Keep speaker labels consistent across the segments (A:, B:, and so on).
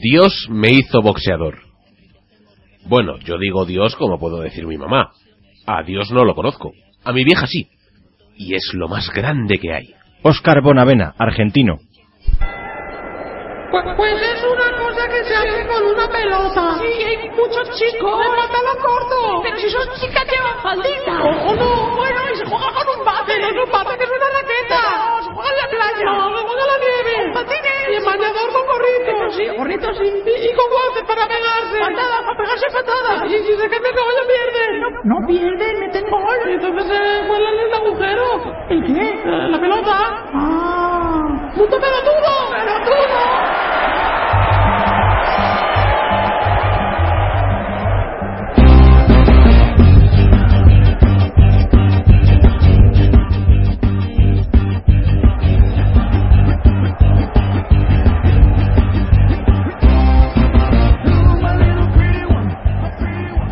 A: Dios me hizo boxeador. Bueno, yo digo Dios como puedo decir mi mamá. A Dios no lo conozco. A mi vieja sí. Y es lo más grande que hay.
B: Óscar Bonavena, argentino.
C: Pues, pues es una cosa que se hace con una pelota.
D: Sí, hay muchos chicos.
C: ¡De pantalón corto!
D: Pero si son chicas llevan faldita.
C: ¡Ojo no! Bueno, y se juega con un bate.
D: Pero no pasa que es una raqueta.
C: No, se juega en la playa.
D: No, se juega en la nieve.
C: Con patines. Y en bañador con gorritos.
D: Sí, gorritos sí.
C: Y, y con guantes para pegarse.
D: Patadas, para pegarse patadas.
C: Y si se cambia el caballo pierden.
D: No, no pierden, meten gol.
C: Y entonces se vuelan en el agujero. Eh,
D: ¿El qué?
C: La, la pelota.
D: Ah.
C: ¡Punto pelotudo!
D: ¡Pelotudo!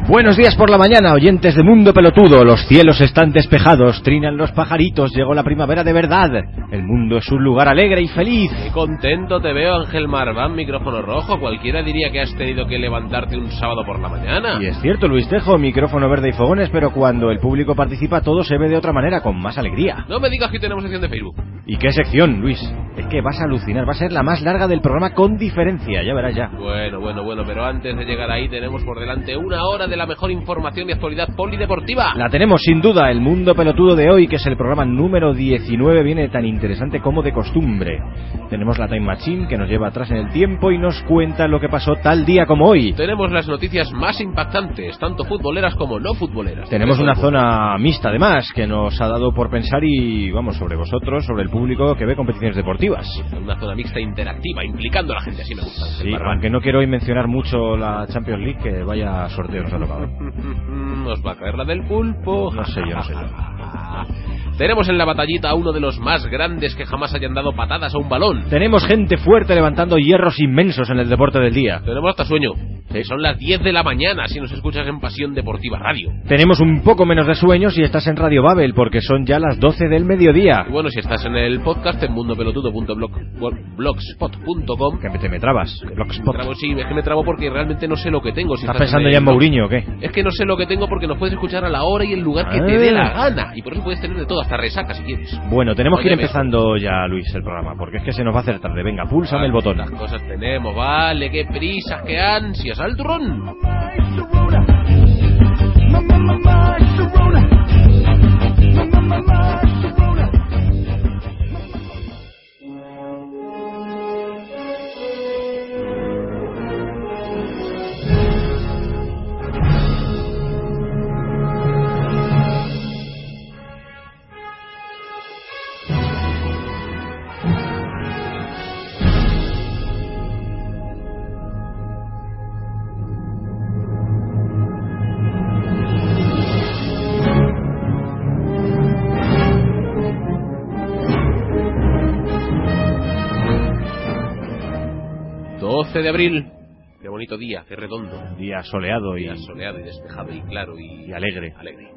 B: Buenos días por la mañana, oyentes de Mundo Pelotudo. Los cielos están despejados, trinan los pajaritos, llegó la primavera de verdad. El mundo es un lugar alegre y feliz.
A: Qué contento te veo, Ángel Marván, micrófono rojo. Cualquiera diría que has tenido que levantarte un sábado por la mañana.
B: Y es cierto, Luis Tejo, micrófono verde y fogones, pero cuando el público participa todo se ve de otra manera, con más alegría.
A: No me digas que tenemos sección de Facebook.
B: ¿Y qué sección, Luis? Es que vas a alucinar, va a ser la más larga del programa con diferencia, ya verás ya.
A: Bueno, bueno, bueno, pero antes de llegar ahí tenemos por delante una hora de la mejor información y actualidad polideportiva.
B: La tenemos sin duda, el mundo pelotudo de hoy, que es el programa número 19, viene tan interesante como de costumbre. Tenemos la Time Machine que nos lleva atrás en el tiempo y nos cuenta lo que pasó tal día como hoy.
A: Tenemos las noticias más impactantes, tanto futboleras como no futboleras.
B: Tenemos una zona mixta además que nos ha dado por pensar y vamos sobre vosotros, sobre el público que ve competiciones deportivas.
A: Una zona mixta interactiva, implicando a la gente, así me gusta.
B: Sí, aunque no quiero hoy mencionar mucho la Champions League, que vaya sorteo nos ha tocado.
A: Nos va a caer la del pulpo.
B: No sé yo, no sé yo.
A: Tenemos en la batallita a uno de los más grandes que jamás hayan dado patadas a un balón.
B: Tenemos gente fuerte levantando hierros inmensos en el deporte del día.
A: Tenemos hasta sueño. Sí. Son las 10 de la mañana si nos escuchas en Pasión Deportiva Radio.
B: Tenemos un poco menos de sueño si estás en Radio Babel porque son ya las 12 del mediodía.
A: Y bueno, si estás en el podcast en mundopelotudo.blogspot.com
B: Que te me trabas. Blogspot.
A: Trabo, sí, es que me trabo porque realmente no sé lo que tengo. Si
B: ¿Estás, ¿Estás pensando en el... ya en Mourinho o qué?
A: Es que no sé lo que tengo porque nos puedes escuchar a la hora y el lugar que ah. te dé la gana. Y por eso puedes tener de todo hasta resaca si quieres.
B: Bueno, tenemos Oye, que ir empezando ya, Luis, el programa, porque es que se nos va a hacer tarde. Venga, púlsame
A: vale,
B: el botón.
A: Las cosas tenemos, vale, qué prisas, qué ansias, al turrón. de abril. Qué bonito día, qué redondo.
B: Día soleado y...
A: Día soleado y despejado y claro y...
B: y alegre.
A: Alegre.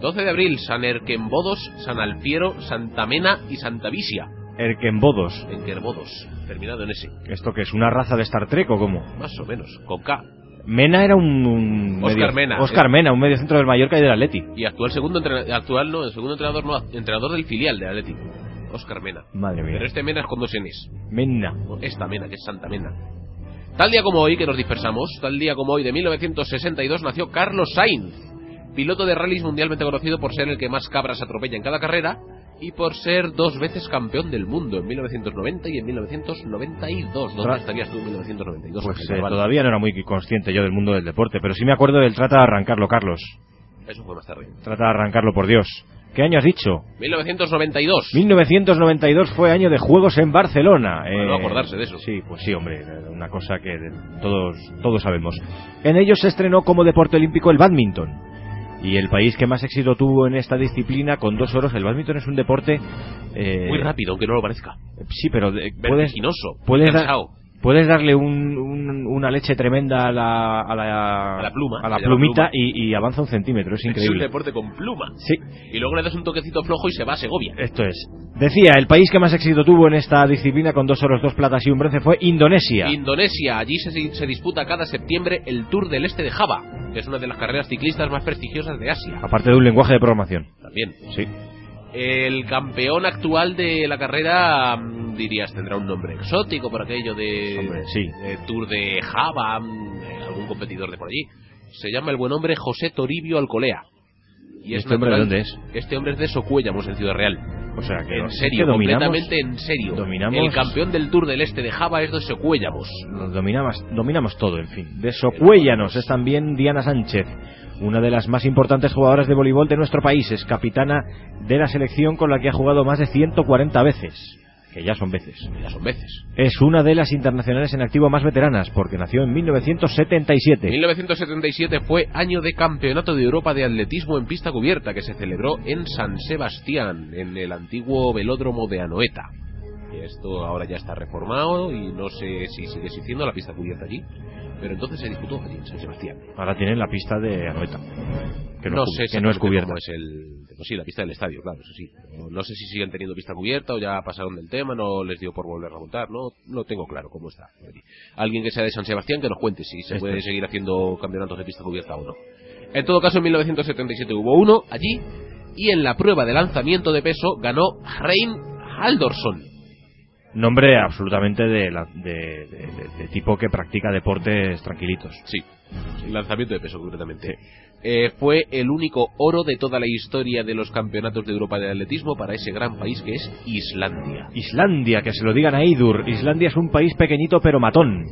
A: 12 de abril, San Erquembodos, San Alfiero, Santa Mena y Santa Visia.
B: Erquembodos.
A: Erquembodos, terminado en S.
B: ¿Esto que es una raza de Star Trek o cómo?
A: Más o menos, con K.
B: Mena era un, un
A: Oscar
B: medio,
A: Mena, eh.
B: Oscar Mena, un mediocentro del Mallorca y del Atleti.
A: Y actual segundo actual no, el segundo entrenador no, entrenador del filial del Atleti. Oscar Mena.
B: Madre mía.
A: Pero este Mena es con dos N's.
B: Mena.
A: Esta Mena, que es Santa Mena. Tal día como hoy, que nos dispersamos, tal día como hoy de 1962 nació Carlos Sainz, piloto de rallies mundialmente conocido por ser el que más cabras atropella en cada carrera y por ser dos veces campeón del mundo en 1990 y en 1992. ¿Dónde Tra estarías tú en 1992?
B: Pues eh, todavía no era muy consciente yo del mundo del deporte, pero sí me acuerdo del trata de arrancarlo, Carlos.
A: Eso fue más tarde.
B: Trata de arrancarlo, por Dios. ¿Qué año has dicho?
A: 1992.
B: 1992 fue año de Juegos en Barcelona.
A: Bueno, eh, no acordarse de eso.
B: Sí, pues sí, hombre, una cosa que todos, todos sabemos. En ellos se estrenó como deporte olímpico el badminton. Y el país que más éxito tuvo en esta disciplina, con dos oros, el badminton es un deporte... Eh,
A: Muy rápido, aunque no lo parezca.
B: Sí, pero eh, puedes,
A: Vertiginoso,
B: puedes, da, puedes darle un, un, una leche tremenda a la, a la,
A: A la pluma,
B: a la
A: se llama pluma.
B: plumita Y, y avanza un centímetro. Es
A: Es un
B: increíble.
A: deporte con pluma.
B: Sí,
A: Y luego le das un toquecito flojo y se va a Segovia.
B: esto es. Decía, el país que más éxito tuvo en esta disciplina con dos oros, dos platas y un bronce fue Indonesia.
A: Indonesia, allí se, se disputa cada septiembre el Tour del Este de Java, que es una de las carreras ciclistas más prestigiosas de Asia.
B: Aparte de un lenguaje de programación.
A: También.
B: Sí.
A: El campeón actual de la carrera, mm, dirías, tendrá un nombre exótico por aquello de,
B: Hombre, sí.
A: de Tour de Java, mm, eh, algún competidor de por allí. Se llama el buen hombre José Toribio Alcolea.
B: ¿Y este hombre de
A: natural-
B: dónde es?
A: Este hombre es de Socuéllamos, en Ciudad Real.
B: O sea, que
A: en
B: es
A: serio,
B: que dominamos,
A: completamente en serio.
B: dominamos-
A: El campeón del Tour del Este de Java es de Socuéllamos.
B: nos dominamos, dominamos todo, en fin. De Socuéllanos es también Diana Sánchez, una de las más importantes jugadoras de voleibol de nuestro país. Es capitana de la selección con la que ha jugado más de 140 veces, que ya son veces.
A: Ya son veces.
B: Es una de las internacionales en activo más veteranas, porque nació en 1977.
A: 1977 fue año de Campeonato de Europa de Atletismo en pista cubierta que se celebró en San Sebastián, en el antiguo velódromo de Anoeta. Esto ahora ya está reformado y no sé si sigue existiendo la pista cubierta allí, pero entonces se disputó allí en San Sebastián.
B: Ahora tienen la pista de Anoeta, que no,
A: no
B: es cu-
A: sé
B: que no es
A: exactamente
B: cubierta.
A: cómo es el, pues sí, la pista del estadio, claro, eso sí. No, no sé si siguen teniendo pista cubierta o ya pasaron del tema, no les dio por volver a montar, no no tengo claro cómo está. Alguien que sea de San Sebastián que nos cuente si se
B: Esto
A: puede
B: Este es.
A: seguir haciendo campeonatos de pista cubierta o no. En todo caso, en 1977 hubo uno allí y en la prueba de lanzamiento de peso ganó Rein Haldorsson.
B: Nombre absolutamente de, la- de- de- de- de tipo que practica deportes tranquilitos.
A: Sí, el lanzamiento de peso concretamente. Eh, fue el único oro de toda la historia de los campeonatos de Europa de atletismo para ese gran país que es Islandia.
B: Islandia, que se lo digan a Idur. Islandia es un país pequeñito pero matón.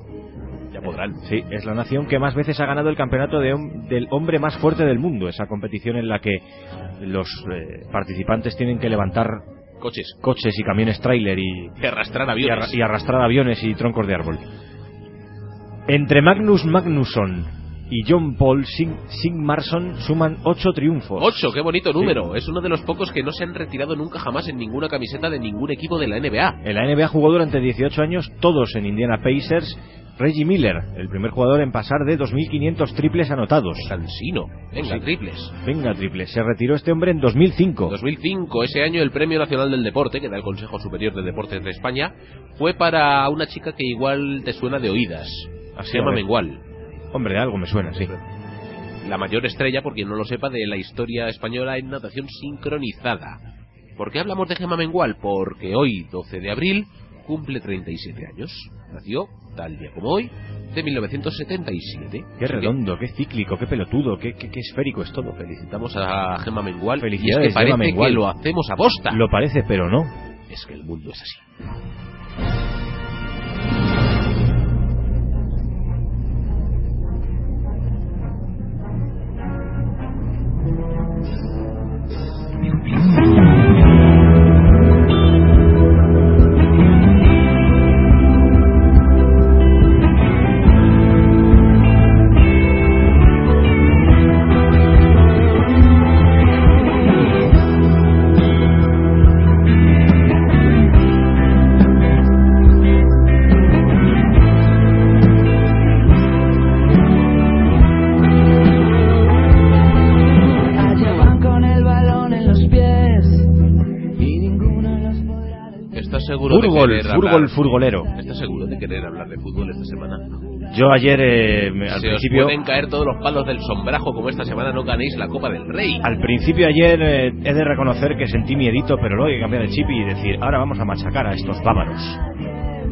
A: Ya podrán.
B: Sí, es la nación que más veces ha ganado el campeonato de hom- del hombre más fuerte del mundo, esa competición en la que los eh, participantes tienen que levantar
A: Coches.
B: coches y camiones tráiler y,
A: Y arrastrar
B: y
A: aviones.
B: arra- y arrastrar aviones y troncos de árbol. Entre Magnus Magnusson y John Paul Sig- Sigmarsson suman ocho triunfos.
A: Ocho, qué bonito número. Es uno de los pocos que no se han retirado nunca jamás en ninguna camiseta de ningún equipo de la NBA.
B: En la NBA jugó durante 18 años, todos en Indiana Pacers. Reggie Miller, el primer jugador en pasar de 2.500 triples anotados.
A: Cansino. Venga,
B: Sí.
A: triples.
B: Venga, triple. Se retiró este hombre en 2005.
A: 2005, ese año el Premio Nacional del Deporte, que da el Consejo Superior de Deportes de España, fue para una chica que igual te suena de oídas.
B: Así,
A: Se llama
B: a ver.
A: Mengual.
B: Hombre, algo me suena, sí.
A: la mayor estrella, por quien no lo sepa, de la historia española en natación sincronizada. ¿Por qué hablamos de Gema Mengual? Porque hoy, 12 de abril, cumple 37 años. Nació, tal día como hoy, de 1977.
B: Qué
A: Así que
B: redondo, qué cíclico, qué pelotudo, qué, qué- qué esférico es todo.
A: Felicitamos a Gema Mengual.
B: Felicidades,
A: y es que parece
B: Gema Mengual.
A: que lo hacemos a posta.
B: Lo parece, pero no.
A: Es que el mundo es así.
E: Allá con el balón en los pies y ninguno los podrá
A: ¿Estás seguro de
B: Furgol,
A: querer
B: furgol,
A: hablar?
B: furgolero.
A: ¿Estás seguro de querer hablar de fútbol esta semana?
B: Yo ayer, eh, me- al
A: Se
B: principio...
A: os pueden caer todos los palos del sombrajo como esta semana no ganéis la Copa del Rey.
B: Al principio ayer eh, he de reconocer que sentí miedito, pero luego hay que cambiar el chip y decir, ahora vamos a machacar a estos bávaros.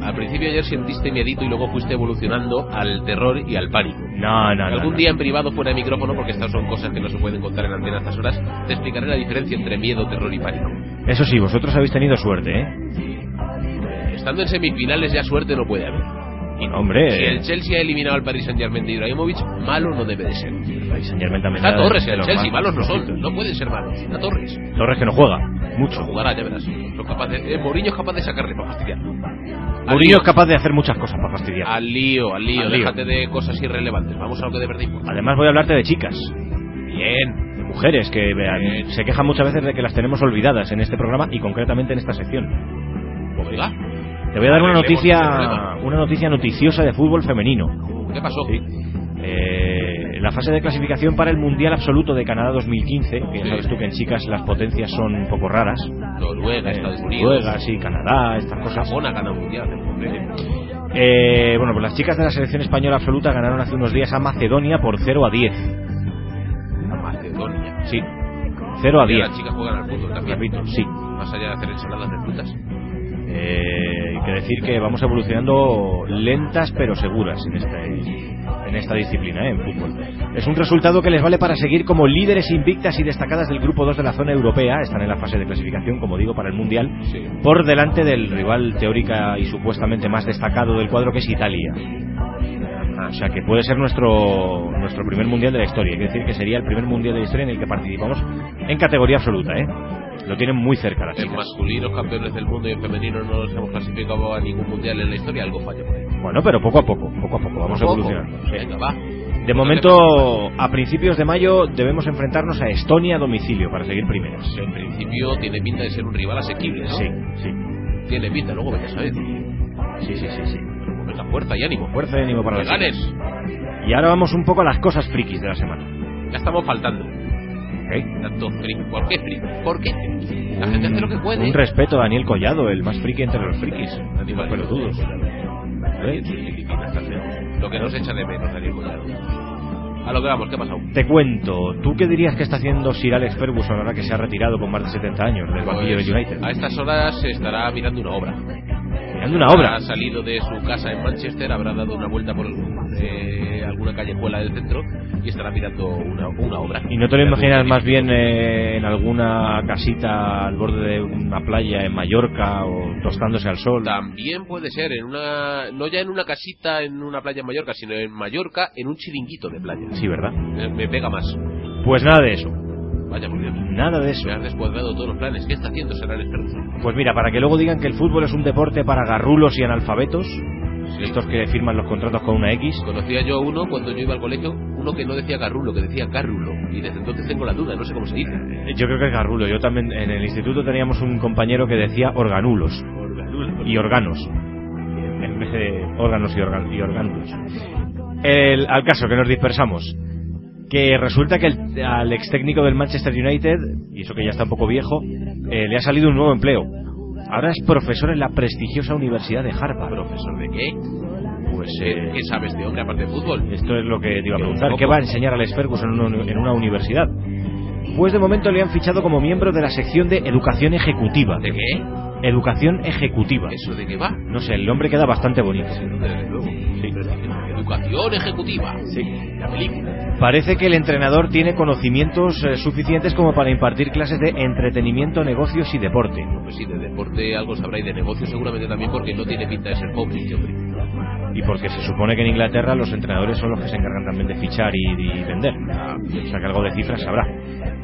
A: Al principio ayer sentiste miedito y luego fuiste evolucionando al terror y al pánico.
B: No, no, no.
A: Algún
B: no.
A: día en privado fuera de micrófono, porque estas son cosas que no se pueden contar en antena a estas horas, te explicaré la diferencia entre miedo, terror y pánico.
B: Eso sí, vosotros habéis tenido suerte, ¿eh?
A: Eh, Estando en semifinales ya suerte no puede haber.
B: Y no, hombre...
A: Si el Chelsea ha eliminado al Paris Saint-Germain de Ibrahimovic, malo no debe de ser.
B: Paris Saint-Germain también
A: Está
B: era de-
A: Torres
B: de
A: en el
B: los
A: Chelsea,
B: más
A: malos no son,
B: flojitos.
A: no pueden ser malos. Está Torres.
B: Torres que no juega, mucho.
A: Jugará, ya verás. Son capaces, eh, Mourinho es capaz de sacarle para fastidiar. Al
B: Mourinho
A: lío.
B: es capaz de hacer muchas cosas para fastidiar.
A: Al lío, al lío,
B: Al lío.
A: déjate de cosas irrelevantes. Vamos a lo que de verdad importa.
B: Además voy a hablarte de chicas,
A: Bien.
B: de mujeres que vean,
A: Eh.
B: se quejan muchas veces de que las tenemos olvidadas en este programa y concretamente en esta sección.
A: Oiga.
B: Te voy a dar una
A: Arreglemos
B: noticia,
A: este ese problema.
B: una noticia noticiosa de fútbol femenino.
A: ¿Qué pasó?
B: Sí. Eh, la fase de clasificación para el Mundial Absoluto de Canadá 2015, que ya
A: Sí.
B: sabes tú que en chicas las potencias son un poco raras.
A: Noruega,
B: Eh,
A: Estados Unidos.
B: Noruega, sí, Canadá, estas cosas.
A: Japón gana mundial.
B: Eh, bueno, pues las chicas de la selección española absoluta ganaron hace unos días a Macedonia por 0 a 10.
A: A Macedonia.
B: Sí, 0 a
A: Y
B: 10.
A: Las chicas juegan al fútbol también.
B: Repito, sí.
A: Más allá de hacer ensaladas de frutas.
B: Eh, hay que decir que vamos evolucionando lentas pero seguras en esta, en esta disciplina, ¿eh? en fútbol. Es un resultado que les vale para seguir como líderes invictas y destacadas del grupo 2 de la zona europea. Están en la fase de clasificación, como digo, para el Mundial,
A: Sí.
B: por delante del rival teórica y supuestamente más destacado del cuadro que es Italia. Ah, O sea que puede ser nuestro nuestro primer mundial de la historia. Hay que decir que sería el primer mundial de la historia en el que participamos en categoría absoluta, ¿eh? Lo tienen muy cerca las
A: En
B: chicas.
A: masculinos campeones del mundo y en femenino no nos hemos clasificado a ningún mundial en la historia. Algo falla por ahí.
B: Bueno, pero poco a poco, poco a poco, vamos
A: Poco.
B: evolucionando.
A: Venga, va.
B: De momento, a principios de mayo debemos enfrentarnos a Estonia a domicilio para seguir primeros.
A: En principio tiene pinta de ser un rival asequible, ¿no?
B: Sí, sí,
A: Tiene pinta, luego vete a saber.
B: sí, sí, sí, sí.
A: Pero con esta fuerza y ánimo.
B: Fuerza y ánimo para
A: Que
B: las chicas.
A: ganes.
B: Y ahora vamos un poco a las cosas frikis de la semana.
A: Ya estamos faltando.
B: ¿ok?
A: Tanto friki. ¿Por qué friki? ¿Por qué friki? La gente hace lo que puede.
B: Un respeto a Daniel Collado, el más friki entre los frikis.
A: Animal
B: pelotudos.
A: Nadie se elimina, está feo. Lo que nos echa de menos, Daniel Collado. A lo que vamos, ¿qué ha pasado?
B: Te cuento, ¿tú qué dirías que está haciendo Sir Alex Ferguson ahora que se ha retirado con más de 70 años del banquillo
A: Pues,
B: de United?
A: A estas horas se estará mirando una obra.
B: Mirando una obra.
A: Ha salido de su casa en Manchester, habrá dado una vuelta por algún- eh, alguna callejuela del centro y estará mirando una, una obra.
B: ¿Y no te lo imaginas más bien eh, en alguna casita al borde de una playa en Mallorca o tostándose al sol?
A: También puede ser en una no ya en una casita en una playa en Mallorca, sino en Mallorca en un chiringuito de playa.
B: Sí, ¿verdad?
A: Eh, Me pega más.
B: Pues nada de eso.
A: Vaya por Dios.
B: Nada de eso.
A: Me has descuadrado todos los planes. ¿Qué está haciendo Serán Esperanza?
B: Pues mira, para que luego digan que el fútbol es un deporte para garrulos y analfabetos,
A: Sí.
B: estos que firman los contratos con una X,
A: Conocía yo a uno cuando yo iba al colegio, uno que no decía garrulo, que decía carrulo. Y desde entonces tengo la duda, no sé cómo se dice.
B: eh, yo creo que es garrulo. Yo también en el instituto teníamos un compañero que decía organulos. y órganos. En vez de órganos y, organ- y orgánulos. El- al caso, que nos dispersamos. Que resulta que el- al ex técnico del Manchester United, y eso que ya está un poco viejo, eh, le ha salido un nuevo empleo. Ahora es profesor en la prestigiosa Universidad de Harvard. ¿Profesor de
A: ¿Qué?
B: Pues
A: ¿Qué,
B: eh,
A: qué sabe este hombre aparte de fútbol?
B: esto es lo que te iba a
A: Que un
B: preguntar.
A: poco.
B: ¿Qué va a enseñar Alex Ferguson en una, uni- en una universidad? Pues de momento le han fichado como miembro de la sección de Educación Ejecutiva.
A: ¿De qué?
B: Educación Ejecutiva.
A: ¿Eso de qué va?
B: No sé, el nombre queda bastante bonito.
A: Desde luego. Educación ejecutiva. La película.
B: Parece que el entrenador tiene conocimientos eh, suficientes como para impartir clases de entretenimiento, negocios y deporte.
A: Pues sí, de deporte algo sabrá y de negocio seguramente también porque no tiene pinta de ser pobre este hombre.
B: Y porque se supone que en Inglaterra los entrenadores son los que se encargan también de fichar y, y vender. O sea que algo de cifras sabrá.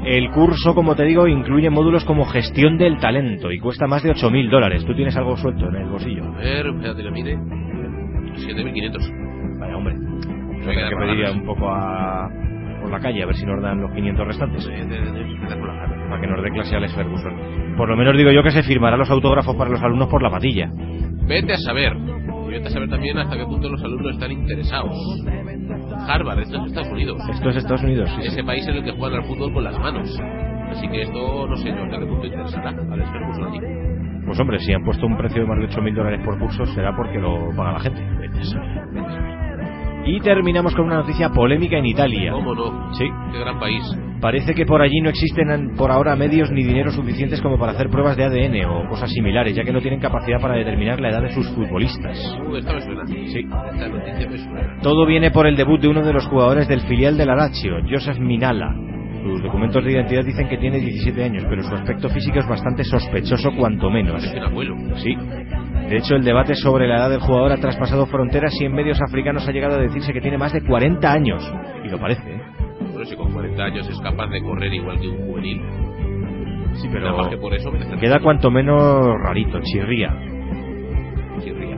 B: El curso, como te digo, incluye módulos como gestión del talento y cuesta más de 8.000 dólares. ¿Tú tienes algo suelto en el bolsillo?
A: A ver, espérate que mire. 7.500.
B: Vaya, hombre.
A: Hay que
B: Hay
A: dar
B: que
A: por la
B: pedir
A: casa.
B: un poco a... por la calle a ver si nos dan los 500 restantes.
A: Eh, de- de- de- de- por la cara.
B: para que nos dé clase Alex Ferguson. Por lo menos digo yo que se firmará los autógrafos para los alumnos por la patilla.
A: Vete a saber. Y Vete a saber también hasta qué punto los alumnos están interesados. Harvard, esto es Estados Unidos.
B: Esto es Estados Unidos. sí, sí.
A: Ese país en el que juegan al fútbol con las manos. Así que esto, no sé yo, hasta qué punto interesará al Ferguson allí.
B: Pues hombre, si han puesto un precio de más de 8.000 dólares por curso, será porque lo paga la gente. Y terminamos con una noticia polémica en Italia.
A: ¿Cómo no?
B: Sí.
A: Qué gran país.
B: Parece que por allí no existen an- por ahora medios ni dinero suficientes como para hacer pruebas de ADN o cosas similares, ya que no tienen capacidad para determinar la edad de sus futbolistas.
A: Uh, esta me suena.
B: Sí.
A: Esta noticia me suena.
B: Todo viene por el debut de uno de los jugadores del filial del Lazio, Joseph Minala. Sus documentos de identidad dicen que tiene 17 años, pero su aspecto físico es bastante sospechoso cuanto menos.
A: Parece un abuelo.
B: Sí. De hecho, el debate sobre la edad del jugador ha traspasado fronteras y en medios africanos ha llegado a decirse que tiene más de 40 años. Y lo parece, ¿eh?
A: Bueno, si con 40 años es capaz de correr igual que un juvenil,
B: Sí,
A: nada más que por eso merece
B: Queda cuanto menos rarito, chirría.
A: chirría.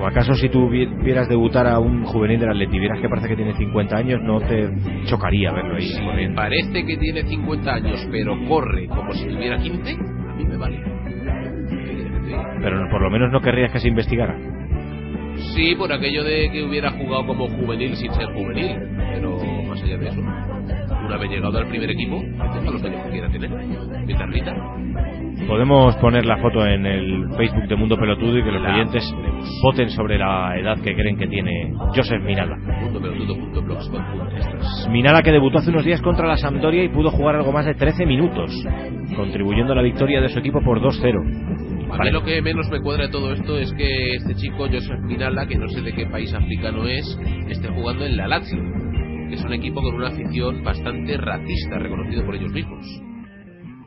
B: ¿O acaso si tú vi- vieras debutar a un juvenil del Atleti, vieras que parece que tiene 50 años, no te chocaría verlo ahí
A: Si me
B: corriendo?
A: parece que tiene 50 años, pero corre como si tuviera 15, a mí me vale. ¿Qué quieres que te diga?
B: Pero por lo menos no querrías que se investigara.
A: Sí, por aquello de que hubiera jugado como juvenil sin ser juvenil, pero más allá de eso, una vez llegado al primer equipo, que tenga los años que quiera tener, mientras rita.
B: Podemos poner la foto en el Facebook de Mundo Pelotudo y que los
A: La
B: oyentes voten sobre la edad que creen que tiene Joseph Minala.
A: mundopelotudo.blogspot.es.
B: Minala que debutó hace unos días contra la Sampdoria y pudo jugar algo más de 13 minutos, contribuyendo a la victoria de su equipo por 2-0.
A: A mí
B: Vale.
A: lo que menos me cuadra de todo esto es que este chico, Joseph Minala, que no sé de qué país africano es, esté jugando en la Lazio, que es un equipo con una afición bastante racista, reconocido por ellos mismos.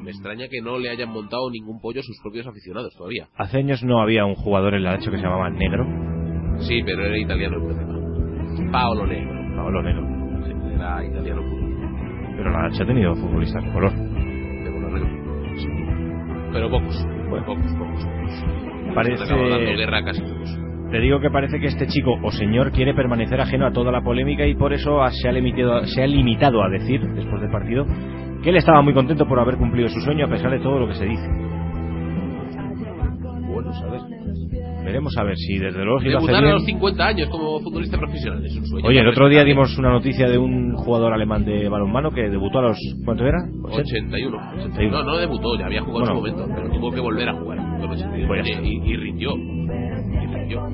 A: Me extraña que no le hayan montado ningún pollo a sus propios aficionados todavía.
B: Hace años no había un jugador en la Lazio que se llamaba Negro,
A: Sí, pero era italiano el problema. Paolo Negro.
B: Paolo Negro,
A: Sí, Era italiano puro,
B: pero la Lazio ha tenido futbolistas de color.
A: de color negro. Sí. Pero pocos,
B: Bueno.
A: pocos, pocos, pocos.
B: Parece- pues
A: Se han acabado dando guerra a casi todos.
B: Te digo que parece que este chico o señor quiere permanecer ajeno a toda la polémica y por eso ha- se ha, limitado, se ha limitado a decir, después del partido, que él estaba muy contento por haber cumplido su sueño a pesar de todo lo que se dice.
A: Bueno, ¿sabes?
B: Veremos a ver si desde luego si lo hace
A: Debutar a
B: bien.
A: los 50 años como futbolista profesional es un sueño.
B: Oye, el otro día
A: respetable.
B: dimos una noticia de un jugador alemán de balonmano que debutó a los... ¿Cuánto era?
A: 81.
B: 81.
A: No, no debutó, ya había jugado en
B: Bueno.
A: su momento, pero tuvo que volver a jugar con 81.
B: Pues ya
A: y,
B: está.
A: y- y rindió. Y rindió.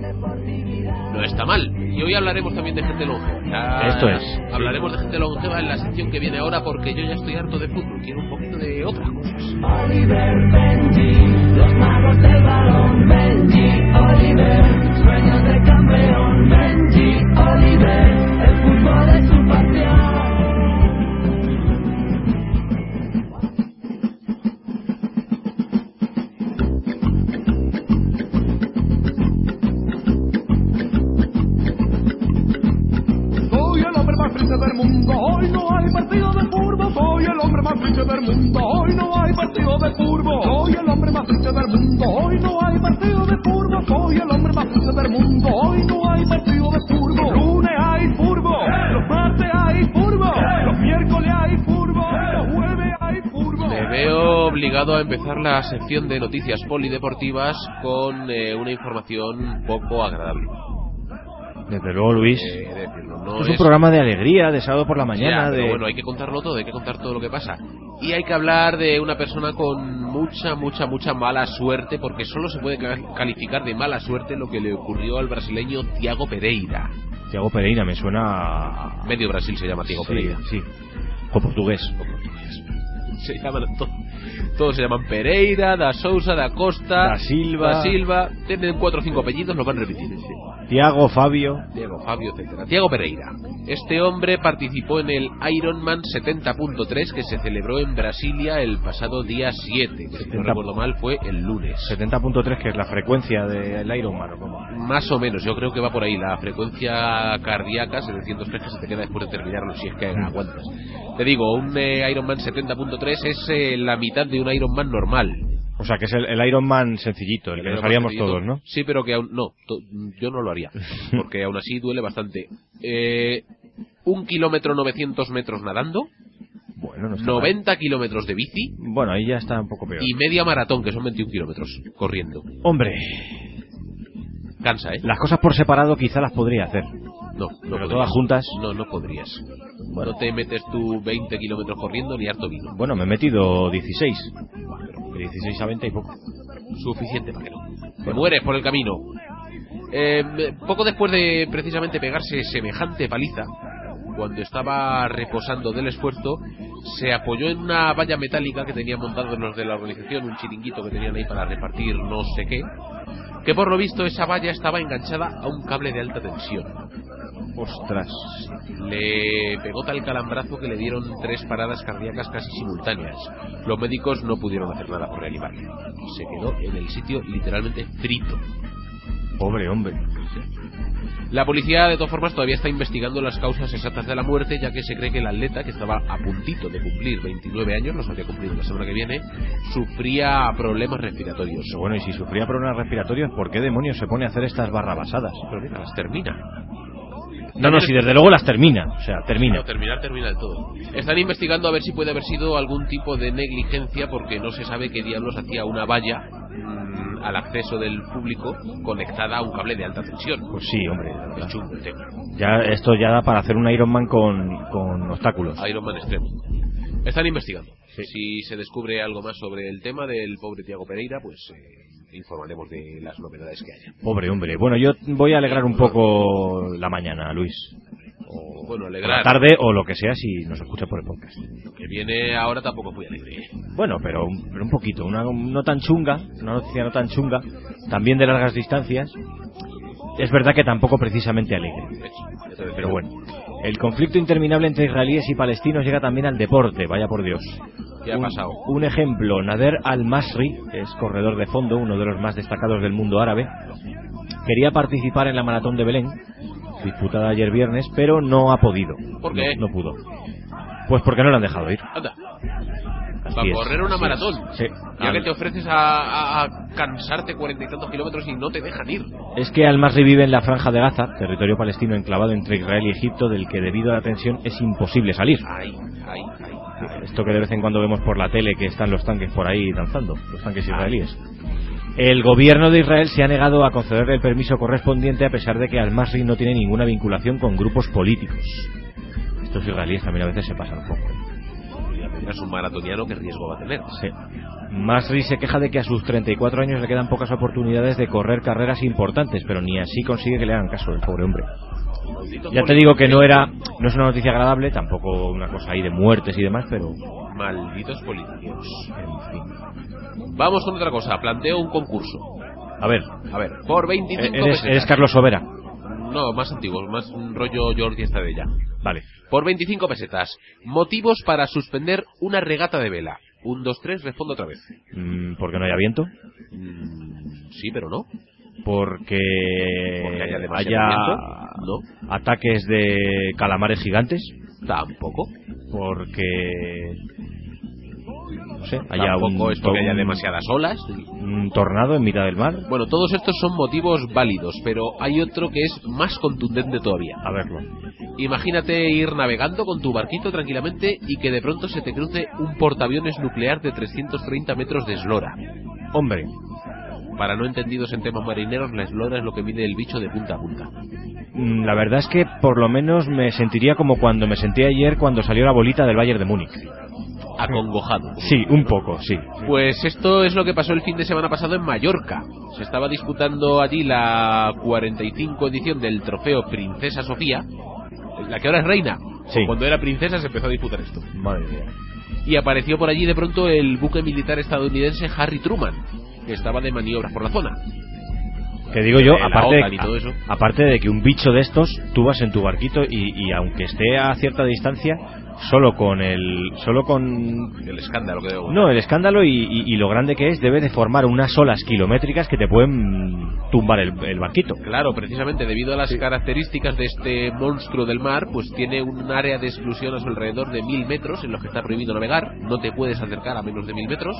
A: No está mal. Y hoy hablaremos también de gente longeva. Ya
B: Esto es.
A: Hablaremos de gente longeva en la sección que viene ahora porque yo ya estoy harto de fútbol, quiero un poquito de otras cosas.
E: Oliver Benji, los magos del balón Benji, Oliver, sueños de campeón Benji, Oliver, el fútbol es su pasión.
C: Soy el hombre más triste del mundo, hoy no hay partido de furbo. Soy el hombre más triste del mundo, hoy no hay partido de furbo. Soy el hombre más triste del mundo, hoy no hay partido de furbo. Soy el hombre más triste del mundo, hoy no hay partido de furbo. Lunes hay furbo, los martes hay furbo, los miércoles hay furbo, los jueves hay furbo.
A: Me veo obligado a empezar la sección de noticias polideportivas con eh, una información poco agradable.
B: Desde luego, Luis.
A: Eh, he de decirlo, no
B: es un programa de alegría, de sábado por la mañana,
A: Ya, pero
B: de...
A: bueno, hay que contarlo todo, hay que contar todo lo que pasa. Y hay que hablar de una persona con mucha, mucha, mucha mala suerte, porque solo se puede ca- calificar de mala suerte lo que le ocurrió al brasileño Tiago Pereira.
B: Tiago Pereira, me suena... a-
A: Medio Brasil se llama Tiago
B: sí,
A: Pereira.
B: sí. O portugués.
A: Se llaman to- todos se llaman Pereira, da Sousa, da Costa,
B: Da Silva.
A: da Silva. Tienen cuatro o cinco apellidos, los van repitiendo.
B: Tiago, Fabio...
A: Diego Fabio, etcétera. Diego Pereira. Este hombre participó en el Ironman 70.3 que se celebró en Brasilia el pasado día 7. que Si no
B: 70.
A: recuerdo mal, fue el lunes.
B: 70.3 que es la frecuencia del Ironman ¿o cómo?
A: Más o menos, yo creo que va por ahí. La frecuencia cardíaca, 703, que se te queda después de terminarlo, si es que aguantas. Te digo, un eh, Ironman 70.3 es eh, la mitad de un Ironman normal.
B: O sea, que es el, el Ironman sencillito, el que nos haríamos
A: Ironman
B: todos,
A: seguido.
B: ¿no?
A: Sí, pero que aún no, to- yo no lo haría, porque aún así duele bastante. Eh, un kilómetro 900 metros nadando,
B: Bueno, no está mal.
A: 90 kilómetros de bici
B: Bueno, ahí ya está un poco peor.
A: y media maratón, que son 21 kilómetros, corriendo.
B: Hombre,
A: Cansa, ¿eh?
B: las cosas por separado quizá las podría hacer.
A: No, no
B: Pero
A: podrías.
B: todas juntas.
A: No, no podrías. No te metes tú 20 kilómetros corriendo ni harto vino.
B: Bueno, me he metido 16. De 16 a 20 y poco.
A: Suficiente para que no. Te mueres por el camino. Eh, poco después de precisamente pegarse semejante paliza, cuando estaba reposando del esfuerzo, se apoyó en una valla metálica que tenían montados los de la organización, un chiringuito que tenían ahí para repartir no sé qué, que por lo visto esa valla estaba enganchada a un cable de alta tensión.
B: Ostras.
A: Le pegó tal calambrazo que le dieron tres paradas cardíacas casi simultáneas. Los médicos no pudieron hacer nada por reanimarle. Se quedó en el sitio literalmente frito.
B: Pobre hombre.
A: La policía, de todas formas, todavía está investigando las causas exactas de la muerte, ya que se cree que el atleta, que estaba a puntito de cumplir 29 años, los había cumplido la semana que viene, sufría problemas respiratorios.
B: Pero bueno, y si sufría problemas respiratorios, ¿por qué demonios se pone a hacer estas barrabasadas?
A: Pero mira, las termina.
B: No, no, si desde luego las termina. O sea, termina.
A: No, terminar, termina del todo. Están investigando a ver si puede haber sido algún tipo de negligencia porque no se sabe qué diablos hacía una valla mm, al acceso del público conectada a un cable de alta tensión.
B: Pues sí, hombre. la verdad.
A: Es un tema.
B: Ya, esto ya da para hacer un Iron Man con, con obstáculos.
A: Iron Man Extremo. Están investigando.
B: Sí.
A: Si se descubre algo más sobre el tema del pobre Tiago Pereira, pues eh, informaremos de las novedades que haya.
B: Pobre hombre. Bueno, yo voy a alegrar un poco la mañana, Luis. O
A: Bueno, alegrar.
B: la tarde o lo que sea si nos escucha por el podcast.
A: Lo que viene ahora tampoco es muy alegre. ¿eh?
B: Bueno, pero, un- pero un poquito. Una no tan chunga, una noticia no tan chunga, también de largas distancias. Es verdad que tampoco precisamente alegre.
A: ¿ves? Ya te decía.
B: Pero bueno, el conflicto interminable entre israelíes y palestinos llega también al deporte, vaya por Dios.
A: ¿Qué ha
B: Un-
A: pasado?
B: Un ejemplo, Nader Al-Masri, es corredor de fondo, uno de los más destacados del mundo árabe, quería participar en la maratón de Belén, disputada ayer viernes, pero no ha podido.
A: ¿Por qué?
B: No, no pudo. Pues porque no lo han dejado ir.
A: Anda,
B: Así
A: para
B: es,
A: correr una
B: así
A: maratón.
B: es. Sí.
A: Ya que
B: Al-
A: te ofreces a, a- a cansarte cuarenta y tantos kilómetros y no te dejan ir.
B: Es que Al-Masri vive en la franja de Gaza, territorio palestino enclavado entre Israel y Egipto, del que debido a la tensión es imposible salir.
A: Ay, ay, ay.
B: Esto que de vez en cuando vemos por la tele que están los tanques por ahí danzando, los tanques israelíes. El gobierno de Israel se ha negado a conceder el permiso correspondiente a pesar de que Al-Masri no tiene ninguna vinculación con grupos políticos. Estos israelíes también a veces se pasan un poco. ¿eh?
A: Es un maratoniano, ¿qué riesgo va a tener?
B: Sí. Masri se queja de que a sus 34 años le quedan pocas oportunidades de correr carreras importantes, pero ni así consigue que le hagan caso el pobre hombre.
A: Malditos
B: Ya te digo que no era, no es una noticia agradable, tampoco una cosa ahí de muertes y demás, pero
A: políticos. Malditos políticos.
B: en fin.
A: Vamos con otra cosa. Planteo un concurso.
B: A ver, eh,
A: A ver, por 25
B: eres,
A: pesetas.
B: eres Carlos Sobera.
A: No, más antiguos, más un rollo Jordi Estadella.
B: Vale.
A: Por 25 pesetas. Motivos para suspender una regata de vela. Un, dos, tres, respondo otra vez.
B: Mm, Porque no haya viento,
A: Mm, sí, pero no.
B: porque,
A: Porque haya demasiado
B: haya
A: viento,
B: ataques de calamares gigantes,
A: Tampoco.
B: porque no sé, haya
A: Tampoco
B: un,
A: es porque haya
B: un-
A: demasiadas olas.
B: un tornado en mitad del mar.
A: Bueno, todos estos son motivos válidos, pero hay otro que es más contundente todavía.
B: A verlo.
A: Imagínate ir navegando con tu barquito tranquilamente y que de pronto se te cruce un portaaviones nuclear de 330 metros de eslora.
B: Hombre,
A: Para no entendidos en temas marineros, la eslora es lo que mide el bicho de punta a punta.
B: mm, la verdad es que por lo menos me sentiría como cuando me sentí ayer cuando salió la bolita del Bayern de Múnich.
A: Acongojado.
B: Sí, un poco, sí.
A: Pues esto es lo que pasó el fin de semana pasado en Mallorca. Se estaba disputando allí la 45 edición del trofeo Princesa Sofía, la que ahora es reina.
B: Sí.
A: Cuando era princesa se empezó a disputar esto.
B: Madre mía.
A: Y apareció por allí de pronto el buque militar estadounidense Harry Truman, que estaba de maniobras por la zona.
B: Que digo yo,
A: Eh, la
B: aparte
A: OTAN y todo
B: de,
A: eso.
B: a- aparte de que un bicho de estos, tú vas en tu barquito y, y aunque esté a cierta distancia, solo con el, solo con,
A: El escándalo que debo
B: no, eh. el escándalo y, y- y lo grande que es, debe de formar unas olas kilométricas que te pueden tumbar el, el barquito.
A: Claro, precisamente debido a las características de este monstruo del mar, pues tiene un área de exclusión a su alrededor de mil metros en los que está prohibido navegar. No te puedes acercar a menos de mil metros.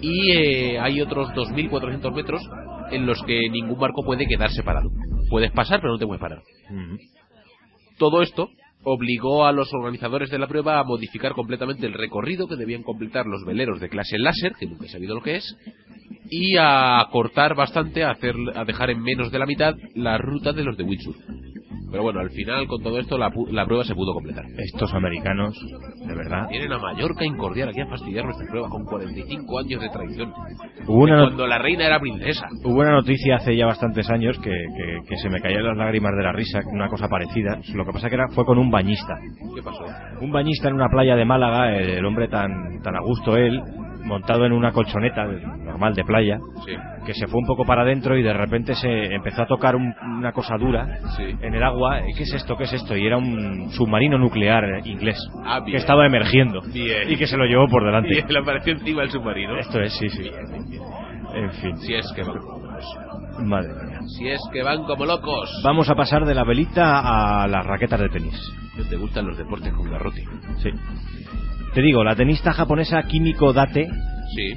A: Y eh, hay otros 2.400 metros en los que ningún barco puede quedarse parado. Puedes pasar, pero no te puedes parar.
B: Ujú.
A: Todo esto obligó a los organizadores de la prueba a modificar completamente el recorrido que debían completar los veleros de clase láser, que nunca he sabido lo que es, y a cortar bastante, a, hacer, a dejar en menos de la mitad la ruta de los de Windsurf. Pero bueno, al final con todo esto la, pu- la prueba se pudo completar.
B: Estos americanos, de verdad.
A: Vienen a Mallorca a incordiar aquí a fastidiar nuestra prueba con 45 años de traición.
B: Hubo una,
A: De
B: no-
A: cuando la reina era princesa.
B: hubo una noticia hace ya bastantes años que, que- que se me caían las lágrimas de la risa, una cosa parecida. Lo que pasa que era, fue con un bañista.
A: ¿Qué pasó?
B: Un bañista en una playa de Málaga, eh, el, el hombre tan, tan a gusto él, montado en una colchoneta de- normal de playa,
A: Sí,
B: que se fue un poco para adentro y de repente se empezó a tocar un- una cosa dura
A: sí.
B: en el agua. Eh, ¿Qué es esto? ¿Qué es esto? Y era un submarino nuclear eh, inglés
A: Ah, bien.
B: que estaba emergiendo
A: Bien.
B: y que se lo llevó por delante.
A: Y le apareció encima el submarino.
B: Esto es, sí, sí. En fin,
A: Si es que van como locos.
B: madre mía.
A: Si es que van como locos.
B: Vamos a pasar de la velita a las raquetas de tenis.
A: No te gustan los deportes con garrote.
B: Sí. Te digo, la tenista japonesa Kimiko Date
A: Sí.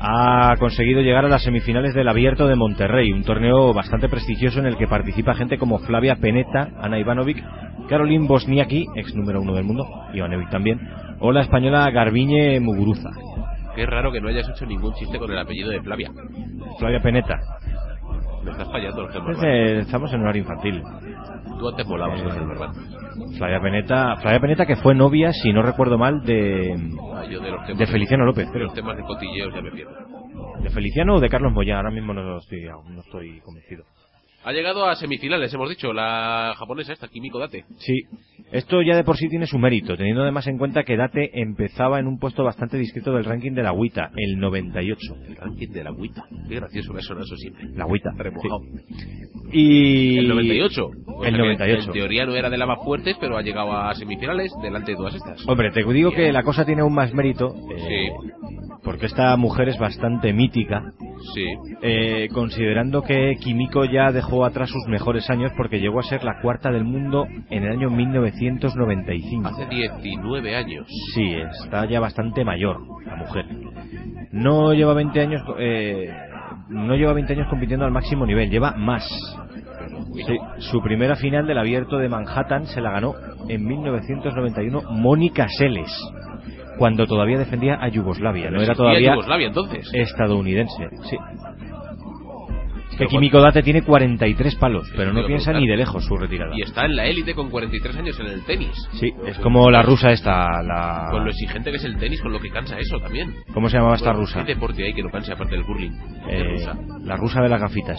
B: ha conseguido llegar a las semifinales del Abierto de Monterrey, un torneo bastante prestigioso en el que participa gente como Flavia Peneta, Ana Ivanovic, Caroline Bosniaki, ex número uno del mundo, Ivanovic también, o la española Garbiñe Muguruza.
A: Qué raro que no hayas hecho ningún chiste con el apellido de Flavia.
B: Flavia Peneta.
A: Me estás fallando el Germán.
B: Entonces, eh, estamos en horario infantil.
A: Tú antes volabas con
B: Eh,
A: Germán.
B: Flavia Peneta, Flavia Peneta que fue novia, si no recuerdo mal, de,
A: Ah, yo de los temas
B: de Feliciano López,
A: de
B: creo.
A: los temas de cotilleos ya me pierdo.
B: ¿De Feliciano o de Carlos Moya? Ahora mismo no estoy, aún no estoy convencido.
A: Ha llegado a semifinales, hemos dicho, la japonesa esta, Kimiko Date.
B: Sí, esto ya de por sí tiene su mérito, teniendo además en cuenta que Date empezaba en un puesto bastante discreto del ranking de la Agüita, el 98.
A: El ranking de la agüita. Qué gracioso me suena eso siempre.
B: La Agüita.
A: Remojado.
B: sí. Y...
A: El 98. O sea
B: El
A: que
B: 98.
A: En teoría no era de las más fuertes, pero ha llegado a semifinales delante de todas estas.
B: Hombre, te digo que la cosa tiene aún más mérito, eh,
A: Sí,
B: porque esta mujer es bastante mítica,
A: sí.
B: eh, considerando que Kimiko ya dejó atrás sus mejores años porque llegó a ser la cuarta del mundo en el año 1995.
A: Hace 19 años.
B: Sí, está ya bastante mayor la mujer. No lleva 20 años, eh, no lleva 20 años compitiendo al máximo nivel, lleva más. Sí, su primera final del Abierto de Manhattan se la ganó en 1991 Mónica Seles, cuando todavía defendía a Yugoslavia, no era
A: Existía
B: todavía Eh,
A: Yugoslavia entonces.
B: estadounidense. Sí. Que
A: Pero
B: Kimiko Date tiene 43 palos, pero
A: te
B: no
A: iba a
B: piensa
A: preguntar.
B: ni de lejos su retirada.
A: Y está en la élite con 43 años en el tenis.
B: Sí, es como la rusa esta, la...
A: Con lo exigente que es el tenis, con lo que cansa eso también.
B: ¿Cómo se llamaba esta
A: Bueno,
B: rusa?
A: ¿Qué deporte hay que no canse aparte del curling? ¿Qué
B: Eh,
A: rusa?
B: la rusa de las gafitas.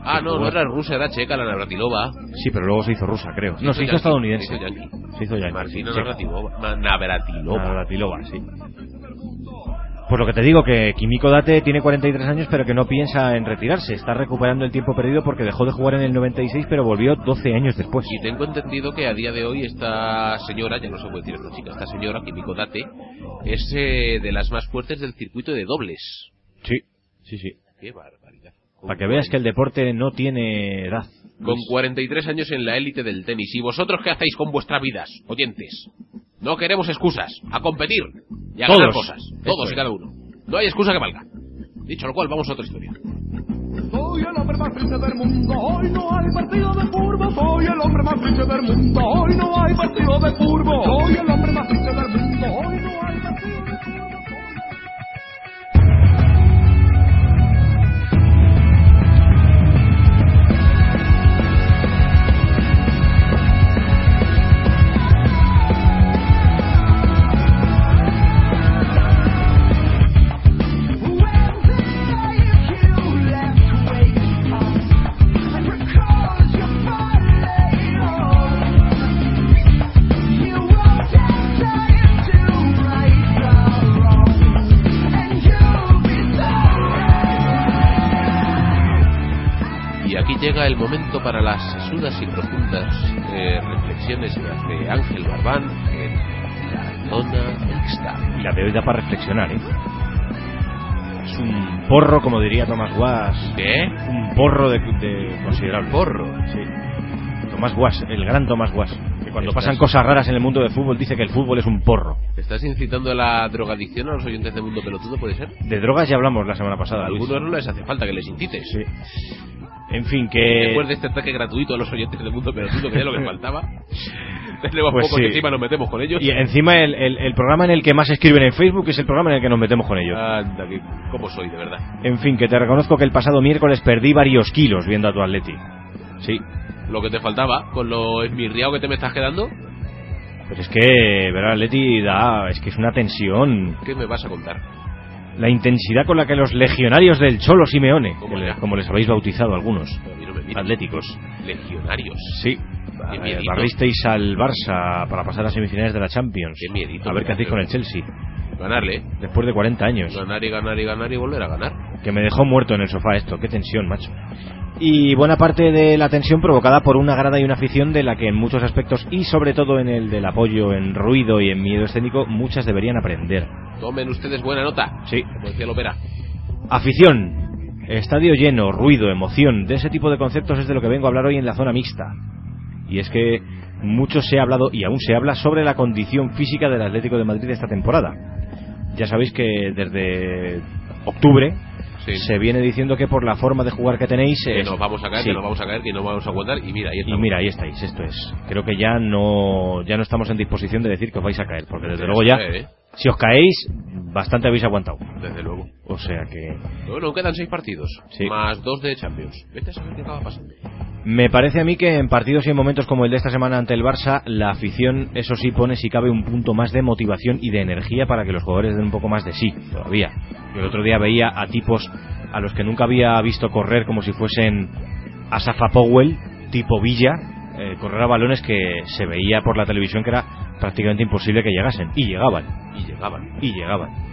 A: Ah, no, no era rusa, era checa, la Navratilova.
B: Sí, pero luego se hizo rusa, creo. No, se hizo
A: yanqui,
B: estadounidense.
A: Se hizo yanqui.
B: Se hizo ya.
A: Martina Navratilova. Ma- Navratilova.
B: sí. Pues lo que te digo, que Kimiko Date tiene 43 años, pero que no piensa en retirarse. Está recuperando el tiempo perdido porque dejó de jugar en el 96, pero volvió 12 años después.
A: Y tengo entendido que a día de hoy esta señora, ya no se puede decir esta chica, esta señora, Kimiko Date, es eh, de las más fuertes del circuito de dobles.
B: Sí, sí, sí.
A: Qué barbaridad. Con
B: Para que veas que el deporte no tiene edad.
A: Con 43 años en la élite del tenis. ¿Y vosotros qué hacéis con vuestras vidas, oyentes? No queremos excusas. A competir y a
B: Todos.
A: ganar cosas. Todos
B: Eso
A: y
B: es.
A: cada uno. No hay excusa que valga. Dicho lo cual, vamos a otra historia.
C: Soy el hombre más triste del mundo, hoy no hay partido de fútbol. Soy el hombre más triste del mundo, hoy no hay partido de fútbol. Soy el hombre más triste del mundo, hoy no hay partido de fútbol.
A: Y aquí llega el momento para las sesudas y profundas eh, reflexiones de Ángel Barbán en la zona mixta.
B: Y la de hoy da para reflexionar, ¿eh? Es un porro, como diría Thomas Guas.
A: ¿Qué?
B: un porro de, de considerable.
A: Porro.
B: Sí. Tomás Guas, el gran Tomás Guas, que cuando
A: Estás-
B: pasan cosas raras en el mundo del fútbol dice que el fútbol es un porro.
A: ¿Estás incitando a la drogadicción a los oyentes de Mundo Pelotudo, puede ser?
B: De drogas ya hablamos la semana pasada.
A: A
B: Luis.
A: algunos no les hace falta que les incites.
B: Sí. Eh, En fin, que
A: Después de este ataque gratuito a los oyentes del Mundo Pelotudo, que ya lo que faltaba, tenemos
B: Pues
A: poco
B: sí.
A: que encima nos metemos con ellos.
B: y eh, encima el, el- el programa en el que más escriben en Facebook es el programa en el que nos metemos con ellos.
A: Anda, que, ¿cómo soy, de verdad?
B: En fin, que te reconozco que el pasado miércoles perdí varios kilos viendo a tu Atleti. Sí.
A: Lo que te faltaba, con lo esmirriado que te me estás quedando,
B: Pero es que ver al Atleti da, es que es una tensión
A: ¿qué me vas a contar?
B: La intensidad con la que los legionarios del Cholo Simeone,
A: ¿Cómo
B: que le-
A: ya?
B: como les habéis bautizado algunos,
A: A mí no me miras.
B: atléticos,
A: Legionarios.
B: sí,
A: Qué
B: eh,
A: miedito.
B: barristeis al Barça para pasar a semifinales de la Champions.
A: Qué miedito,
B: a ver
A: mira,
B: qué hacéis
A: yo-
B: con el Chelsea,
A: Ganarle, ¿eh?
B: después de 40 años.
A: Ganar y ganar y ganar y volver a ganar.
B: Que me dejó muerto en el sofá esto, qué tensión, macho. Y buena parte de la tensión provocada por una grada y una afición de la que en muchos aspectos, y sobre todo en el del apoyo en ruido y en miedo escénico, muchas deberían aprender.
A: Tomen ustedes buena nota.
B: Sí,
A: Como decía el ópera.
B: Afición, estadio lleno, ruido, emoción, de ese tipo de conceptos es de lo que vengo a hablar hoy en la zona mixta. Y es que mucho se ha hablado y aún se habla sobre la condición física del Atlético de Madrid esta temporada. Ya sabéis que desde octubre
A: Sí.
B: se viene diciendo que por la forma de jugar que tenéis
A: Que
B: es-
A: nos vamos a caer,
B: Sí.
A: que nos vamos a caer, que no vamos a aguantar. Y mira, ahí
B: y
A: estamos.
B: mira, ahí estáis, esto es. Creo que ya no ya no estamos en disposición de decir que os vais a caer, porque desde
A: Pero
B: luego
A: eso
B: ya,
A: es, ¿eh?
B: si os caéis, bastante habéis aguantado.
A: Desde luego.
B: O sea que
A: Bueno, quedan seis partidos.
B: Sí.
A: Más dos de Champions. Vete a saber qué acaba pasando.
B: me parece a mí que en partidos y en momentos como el de esta semana ante el Barça, la afición, eso sí, pone si cabe un punto más de motivación y de energía para que los jugadores den un poco más de sí todavía. Yo el otro día veía a tipos a los que nunca había visto correr como si fuesen Asafa Powell, tipo Villa, eh, correr a balones que se veía por la televisión que era prácticamente imposible que llegasen. Y llegaban.
A: Y llegaban.
B: y llegaban.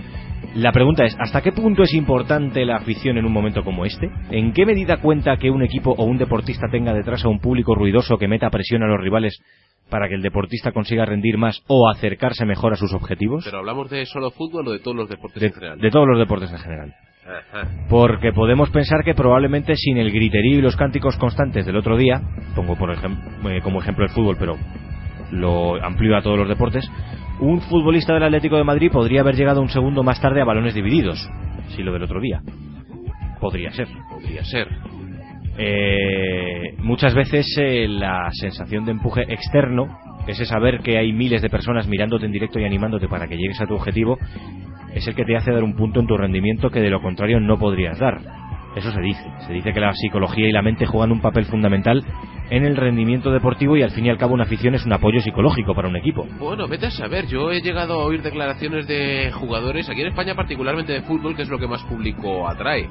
B: La pregunta es, ¿hasta qué punto es importante la afición en un momento como este? ¿En qué medida cuenta que un equipo o un deportista tenga detrás a un público ruidoso que meta presión a los rivales para que el deportista consiga rendir más o acercarse mejor a sus objetivos?
A: Pero hablamos de solo fútbol o de todos los deportes
B: De,
A: en general.
B: de todos los deportes en general.
A: Ajá.
B: Porque podemos pensar que probablemente sin el griterío y los cánticos constantes del otro día, pongo por ejem- eh, como ejemplo el fútbol, pero lo amplío a todos los deportes, un futbolista del Atlético de Madrid podría haber llegado un segundo más tarde a balones divididos, si lo del otro día. Podría ser.
A: Podría ser.
B: Eh, muchas veces eh, la sensación de empuje externo, ese saber que hay miles de personas mirándote en directo y animándote para que llegues a tu objetivo, es el que te hace dar un punto en tu rendimiento que de lo contrario no podrías dar. Eso se dice. Se dice que la psicología y la mente juegan un papel fundamental en el rendimiento deportivo y al fin y al cabo una afición es un apoyo psicológico para un equipo.
A: Bueno, vete a saber. Yo he llegado a oír declaraciones de jugadores, aquí en España particularmente de fútbol, que es lo que más público atrae.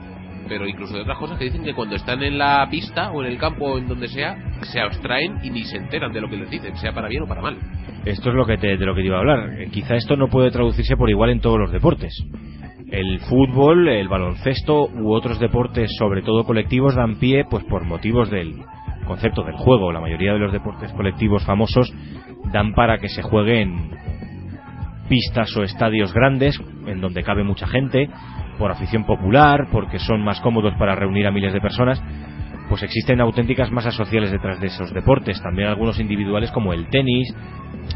A: Pero incluso de otras cosas que dicen que cuando están en la pista o en el campo o en donde sea, se abstraen y ni se enteran de lo que les dicen, sea para bien o para mal.
B: Esto es lo que te- de lo que te iba a hablar. Eh, Quizá esto no puede traducirse por igual en todos los deportes. El fútbol, el baloncesto u otros deportes, sobre todo colectivos, dan pie pues por motivos del concepto del juego. La mayoría de los deportes colectivos famosos dan para que se jueguen pistas o estadios grandes en donde cabe mucha gente, por afición popular, porque son más cómodos para reunir a miles de personas, pues existen auténticas masas sociales detrás de esos deportes, también algunos individuales como el tenis,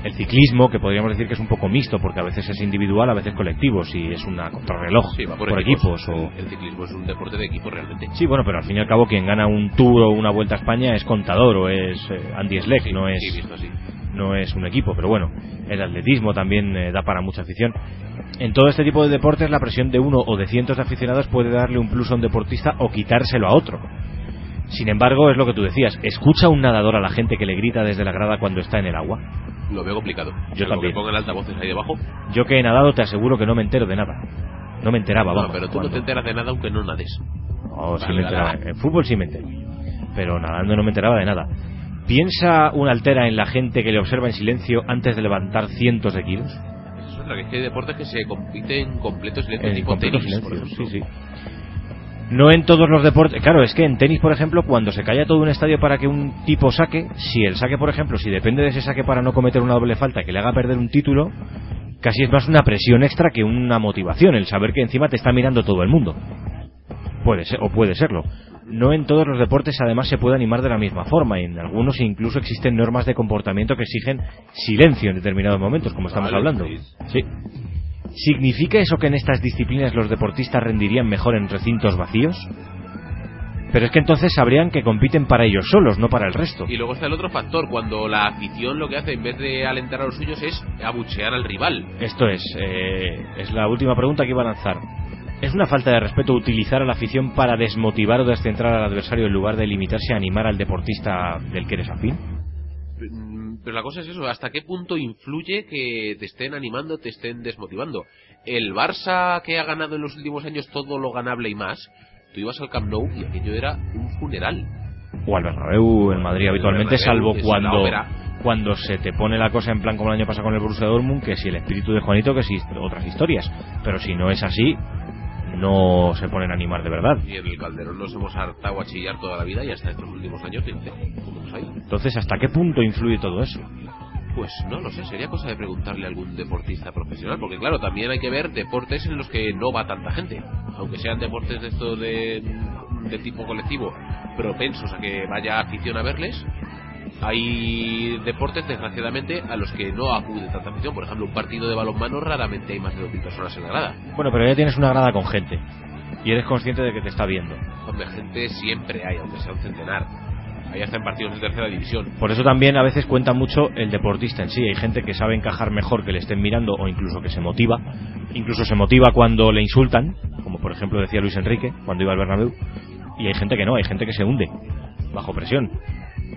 B: el ciclismo, que podríamos decir que es un poco mixto, porque a veces es individual, a veces colectivo, si es una contrarreloj
A: Sí, va por,
B: por, equipos. o...
A: El, el ciclismo es un deporte de equipo realmente.
B: Sí, bueno, pero al fin y al cabo quien gana un tour o una vuelta a España es contador o es eh, Andy Schleck,
A: Sí,
B: no es
A: sí, visto así.
B: no es un equipo, pero bueno, el atletismo también eh, da para mucha afición. En todo este tipo de deportes la presión de uno o de cientos de aficionados puede darle un plus a un deportista o quitárselo a otro. Sin embargo, es lo que tú decías, escucha un nadador a la gente que le grita desde la grada cuando está en el agua.
A: Lo veo complicado.
B: Yo
A: Salvo
B: también.
A: que pongan altavoces ahí debajo.
B: Yo que he nadado te aseguro que no me entero de nada. No me enteraba,
A: Bueno,
B: vamos.
A: pero tú
B: cuando-
A: no te enteras de nada aunque no nades.
B: Oh, sí
A: Vale, vale,
B: me enteraba.
A: vale.
B: En fútbol sí me entero. Pero nadando no me enteraba de nada. ¿Piensa un altera en la gente que le observa en silencio antes de levantar cientos de kilos?
A: Esa es otra, que es que hay deportes que se compiten en completo silencio,
B: En
A: tipo
B: completo
A: tenis, por
B: silencio,
A: ejemplo.
B: sí, sí. No en todos los deportes. Claro, es que en tenis, por ejemplo, cuando se calla todo un estadio para que un tipo saque, si el saque, por ejemplo, si depende de ese saque para no cometer una doble falta que le haga perder un título, casi es más una presión extra que una motivación, el saber que encima te está mirando todo el mundo. Puede ser, o puede serlo. No en todos los deportes, además, se puede animar de la misma forma. En algunos incluso existen normas de comportamiento que exigen silencio en determinados momentos, como estamos
A: Vale,
B: hablando.
A: Luis.
B: Sí. ¿Significa eso que en estas disciplinas los deportistas rendirían mejor en recintos vacíos? Pero es que entonces sabrían que compiten para ellos solos, no para el resto.
A: Y luego está el otro factor, cuando la afición lo que hace en vez de alentar a los suyos es abuchear al rival.
B: Esto es, eh, es la última pregunta que iba a lanzar. ¿Es una falta de respeto utilizar a la afición para desmotivar o descentrar al adversario en lugar de limitarse a animar al deportista del que eres afín?
A: Mm, Pero la cosa es eso, ¿hasta qué punto influye que te estén animando, te estén desmotivando? El Barça que ha ganado en los últimos años todo lo ganable y más, tú ibas al Camp Nou y aquello era un funeral.
B: O al Bernabéu en Madrid habitualmente,
A: Bernabéu,
B: salvo
A: que es la
B: cuando
A: ópera.
B: cuando se te pone la cosa en plan como el año pasado con el Borussia Dortmund, que si el espíritu de Juanito, que si otras historias. Pero si no es así, no se ponen a animar de verdad.
A: Y en el Calderón nos hemos hartado a chillar toda la vida y hasta estos últimos años, fíjate, ¿cómo nos ha ido?
B: Entonces, ¿hasta qué punto influye todo eso?
A: Pues no lo sé, sería cosa de preguntarle a algún deportista profesional, porque claro, también hay que ver deportes en los que no va tanta gente, aunque sean deportes de esto de, de tipo colectivo, propensos a que vaya afición a verles. Hay deportes, desgraciadamente, a los que no acude tanta afición. Por ejemplo, un partido de balonmano raramente hay más de 2.000 personas en la grada.
B: Bueno, pero ya tienes una grada con gente. y eres consciente de que te está viendo.
A: Donde gente siempre hay, aunque sea un centenar. Ahí hasta en partidos de tercera división.
B: Por eso también a veces cuenta mucho el deportista en sí. Hay gente que sabe encajar mejor que le estén mirando o incluso que se motiva. Incluso se motiva cuando le insultan, como por ejemplo decía Luis Enrique cuando iba al Bernabéu. Y hay gente que no, hay gente que se hunde bajo presión.